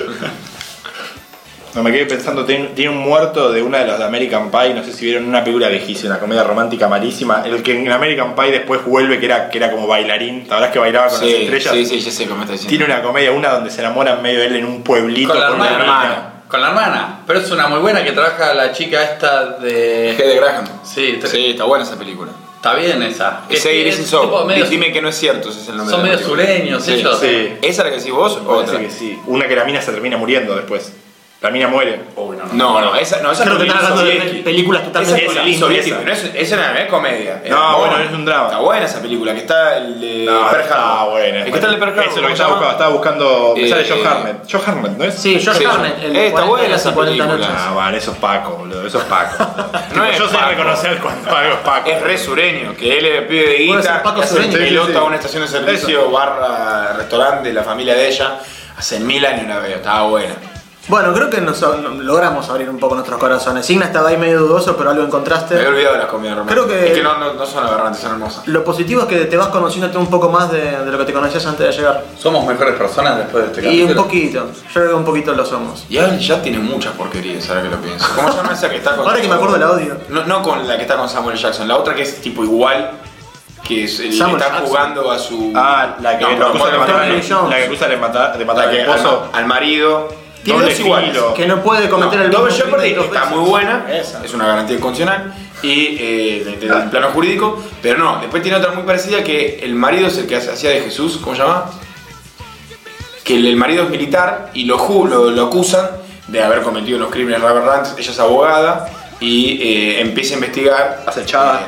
S2: No, me quedé pensando, tiene, tiene un muerto de una de las de American Pie, no sé si vieron una película viejísima, una comedia romántica malísima, el que en American Pie después vuelve, que era, que era como bailarín, sabrás que bailaba con las
S3: Sí,
S2: estrellas.
S3: sí, sí, ya sé cómo está
S2: Tiene
S3: diciendo.
S2: una comedia, una donde se enamora en medio de él en un pueblito
S4: Con la
S2: por una
S4: hermana.
S2: mina.
S4: Con la hermana. Pero es una muy buena que trabaja la chica esta
S3: G
S4: de...
S3: de Graham.
S4: Sí, te-
S3: Sí, está buena esa película.
S4: Está bien esa.
S3: Ese
S4: sí,
S3: Iris y
S4: tipo
S3: Soap.
S4: medio-
S3: Dime que no es cierto, ese es el nombre
S4: Son
S3: de la
S4: medio
S3: película.
S4: sureños ellos.
S2: sí.
S3: ¿Esa es la que decís vos o
S2: Parece
S3: otra?
S2: que sí. Una que la mina se termina muriendo después. La mina muere.
S4: Uy, no, no.
S3: No, no, esa no, esa
S1: Creo
S3: no
S1: que
S3: es
S1: están hablando de películas
S3: Esa
S1: totalmente
S3: es con
S1: distintas.
S3: Lisa Sobieti, pero eso- esa no es comedia.
S2: No,
S3: Era
S2: bueno,
S3: porno.
S2: es un drama.
S3: Está buena esa película, que está el de
S2: No,
S3: Pearl
S2: está
S3: Harbor.
S2: buena.
S3: El que está el de Pearl Harbor.
S2: Ah, Eso es lo que
S3: ¿cómo se
S2: estaba buscando.
S3: llama?
S2: Estaba buscando. me
S3: Eh,
S2: sale Joe Harnett. Joe Harnett, ¿no es?
S1: Sí, George
S3: Sí,
S1: Harnett,
S3: sí.
S1: el
S3: Eh, está
S1: 40
S3: buena
S1: días y
S3: esa
S1: 40
S3: película.
S1: noches.
S2: Ah, vale, eso es Paco, boludo. Eso es Paco.
S3: No
S2: Tipo,
S3: es
S2: yo sé
S3: Paco.
S2: reconocer cuando algo es Paco.
S3: Es re sureño, que él es pibe de
S1: Puede
S3: guita,
S1: ser Paco
S3: que hace
S1: Sureño.
S2: Sí, sí,
S3: pelota
S2: sí.
S3: a una estación de servicio, barra, restaurante de la familia de ella. Hace mil años la veo, estaba buena.
S1: Bueno, creo que nos nos logramos abrir un poco nuestros corazones. Signa estaba ahí medio dudoso, pero algo encontraste.
S3: Me había olvidado de las comidas románticas.
S1: Creo que-
S3: Es que no, no, no son aberrantes, son hermosas.
S1: Lo positivo es que te vas conociéndote un poco más de, de lo que te conocías antes de llegar.
S4: Somos mejores personas después de este
S1: Y
S4: capítulo.
S1: un poquito, yo creo que un poquito lo somos.
S3: Y Alan ya tiene muchas porquerías, ahora que lo pienso. ¿Cómo se llama esa que está con
S1: Ahora que me acuerdo la odio.
S3: No, no con la que está con Samuel Jackson, la otra que es tipo igual, que es, el- le
S1: Samuel
S3: está
S1: Jackson.
S3: jugando a su...
S2: Ah, la que
S3: No,
S2: lo
S3: pero
S2: acusa de
S3: ¿cómo
S1: mató
S2: matar
S1: a
S2: a
S3: se
S1: Tommy
S3: llama?
S1: Jones?
S2: la que acusa de matar, de matar
S3: La
S2: al
S3: que
S2: esposo.
S3: al, al marido.
S1: Tiene
S3: doble
S1: dos iguales,
S3: filo.
S1: que no puede cometer el mismo
S3: Double Jeopardy
S1: crimen dos
S3: está
S1: veces.
S3: muy buena,
S1: Esa.
S3: es una garantía inconstitucional y eh, de- de- del plano jurídico, pero no, después tiene otra muy parecida que el marido es el que hace- hacía de Jesús, ¿cómo se llama? Que el, el marido es militar y lo, ju- lo, lo acusan de haber cometido unos crímenes aberrantes, ella es abogada y eh, empieza a investigar. Eh,
S2: Acechada.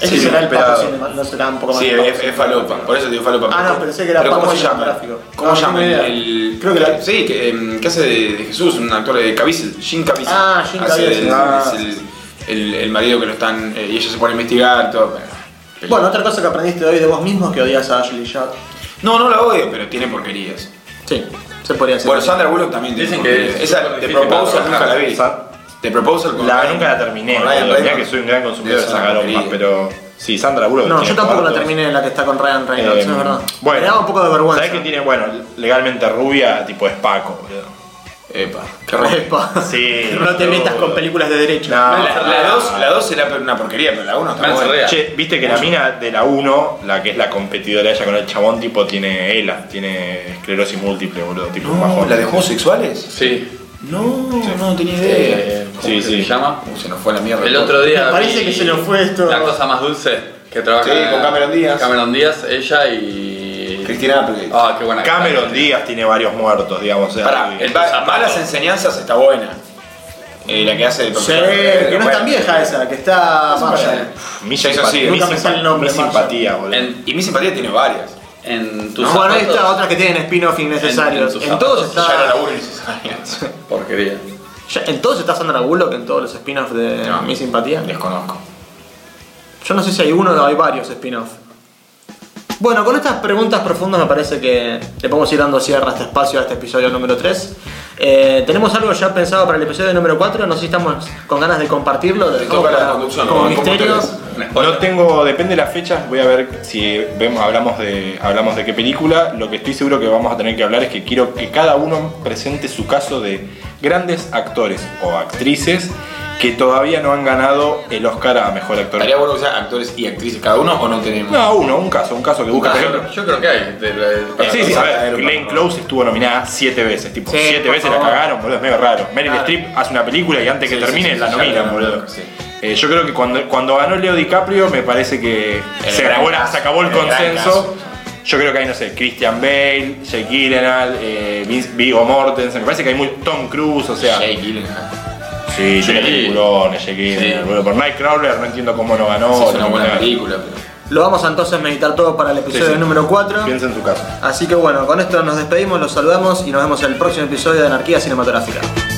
S1: Ese
S2: Sí,
S1: será el
S2: esperado.
S1: papo, sí, no será un poco más.
S3: Sí,
S1: el
S3: es,
S1: papo.
S3: es falopa, por eso digo falopa.
S1: Ah, no, pensé que era
S3: Pero
S1: Paco
S3: ¿Cómo se llama?
S1: cinematográfico.
S3: ¿Cómo
S1: No,
S3: se llama?
S1: no tengo
S3: El,
S1: idea.
S3: el-
S1: Creo que la-
S3: Sí, que, em, que hace de, de Jesús, un actor de Caviezel, Jim Caviezel.
S1: Ah, Jim
S3: Hace
S1: Caviezel.
S3: de-
S1: Ah,
S3: es el, el- el marido que lo están... eh, y ella se pone a investigar, todo. bueno, pero-
S1: Bueno, otra cosa que aprendiste hoy de vos mismo es que odias a Ashley Judd.
S3: No, no la odio, pero tiene porquerías.
S1: Sí, se podría hacer.
S3: Bueno, Sandra Bullock también tiene
S4: Dicen que
S3: porquerías.
S4: es
S3: Esa,
S4: súper
S3: The
S4: difícil
S3: Proposal
S4: para
S3: nunca la vi.
S2: trabajar.
S3: The Proposal con
S2: La
S3: Ryan-
S2: nunca la terminé,
S3: con
S2: boludo.
S3: Ryan
S2: Mirá que
S3: Reynolds.
S2: soy un gran consumidor de
S3: Dios, una
S2: sacaropas,
S3: porquería.
S2: pero. Sí, Sandra Bullock.
S1: No,
S2: tiene
S1: yo tampoco la
S2: cuartos.
S1: terminé la que está con Ryan Reynolds,
S2: Eh,
S1: es verdad.
S2: Bueno,
S1: Me daba un poco de vergüenza.
S2: ¿Sabés quién tiene, bueno, legalmente rubia? Tipo es Paco, boludo.
S3: Epa, qué rollo.
S1: Epa.
S2: Sí,
S1: no te
S2: boludo.
S1: metas con películas de derecho.
S2: No.
S3: La- La 2 la dos era una porquería, pero la 1 está
S4: Man,
S3: buena.
S4: se rea.
S2: Che, viste que la mina de la 1, la que es la competidora de ella con el chabón, tipo tiene ELA, tiene esclerosis múltiple, boludo, tipo un
S3: No,
S2: bajón.
S3: ¿La de homosexuales?
S4: Sí.
S3: No, no tenía
S4: Eh, ¿cómo
S2: Sí,
S4: que
S2: sí.
S4: se llama?
S3: Uh, se nos fue la mierda.
S4: El otro día.
S1: Me parece
S4: vi
S1: que se nos fue esto.
S4: La cosa más dulce que trabaja.
S3: Sí, con Cameron Díaz.
S4: Cameron Díaz, ella y.
S3: Cristina Applegate.
S4: Ah, qué buena.
S2: Cameron Díaz tiene varios muertos, digamos. o sea,
S3: Pará,
S2: y-
S3: el ba- Malas Enseñanzas está buena. Eh, la que hace el
S1: Sí,
S3: profesor. eh,
S1: que no es tan
S3: Bueno.
S1: vieja esa, que está
S3: Es
S1: Marshall.
S3: buena.
S2: mi
S3: Eso
S2: simpatía,
S3: sí,
S2: mi
S1: nunca me
S2: simpa-
S1: sale el nombre,
S2: mi simpatía, boludo.
S4: En,
S3: Y mi simpatía tiene varias.
S4: en tus
S1: No, bueno, ahí está
S4: zapatos-
S1: otras que tienen spin-off innecesarios.
S4: En-
S1: En,
S4: en tus
S1: todos
S3: Ya
S4: zapatos
S3: no
S1: está.
S3: laburo necesarias.
S4: Porquería.
S1: ya- en todos está Sandra Bullock, en todos los spin-offs de
S3: No.
S1: Mi Simpatía.
S3: Desconozco.
S1: Yo no sé si hay uno o hay varios spin-off. Bueno, con estas preguntas profundas me parece que le podemos ir dando cierre a este espacio, a este episodio número 3. Tenemos algo ya pensado para el episodio número 4, no sé si estamos con ganas de compartirlo. Lo dejamos
S3: toca la
S1: para-
S3: conducción,
S1: como
S3: ¿no? ¿Cómo
S1: misterio.
S3: ustedes?
S4: Un spoiler.
S2: No tengo, depende de las fechas, voy a ver si vemos, hablamos de, hablamos de qué película. Lo que estoy seguro que vamos a tener que hablar es que quiero que cada uno presente su caso de grandes actores o actrices que todavía no han ganado el Oscar a Mejor Actor.
S3: ¿Estaría bueno que sean actores y actrices cada uno o no tenemos?
S2: No, uno, un caso, un caso que busca.
S4: Ah,
S2: por
S4: yo,
S2: ejemplo.
S4: yo creo que hay. de- de- para-
S2: Sí, sí, a
S3: para-
S2: ver,
S3: para-
S2: Glenn
S3: para-
S2: Close estuvo nominada siete veces, tipo,
S1: Sí,
S2: siete
S1: por
S2: veces la
S1: favor.
S2: cagaron, boludo, es medio raro. Meryl
S1: Claro.
S2: Streep hace una película y antes que
S3: Sí, sí,
S2: termine
S3: sí, sí,
S2: la
S3: ya
S2: nominan,
S3: la
S2: boludo.
S3: nominan, sí.
S2: Eh, yo creo que cuando, cuando ganó Leo DiCaprio me parece que
S3: El
S2: se
S3: gran
S2: acabó, la-
S3: caso,
S2: se acabó el,
S3: el gran
S2: consenso.
S3: caso.
S2: Yo creo que hay, no sé, Christian Bale, Jake Gyllenhaal, eh, Vince- Viggo Mortensen, me parece que hay muy, Tom Cruise, o sea...
S3: Jake Gyllenhaal.
S2: Sí, tiene
S4: Sí.
S2: peliculones, Jake Gyllenhaal,
S4: Sí.
S2: boludo. Por Nightcrawler no entiendo cómo no ganó.
S3: Sí, es una
S2: no
S3: buena
S2: ganó.
S3: película, pero...
S1: Lo vamos a entonces meditar todo para el episodio
S2: Sí, sí.
S1: número 4.
S2: Piensa en su caso.
S1: Así que bueno, con esto nos despedimos, los saludamos y nos vemos en el próximo episodio de Anarquía Cinematográfica.
S5: Oh,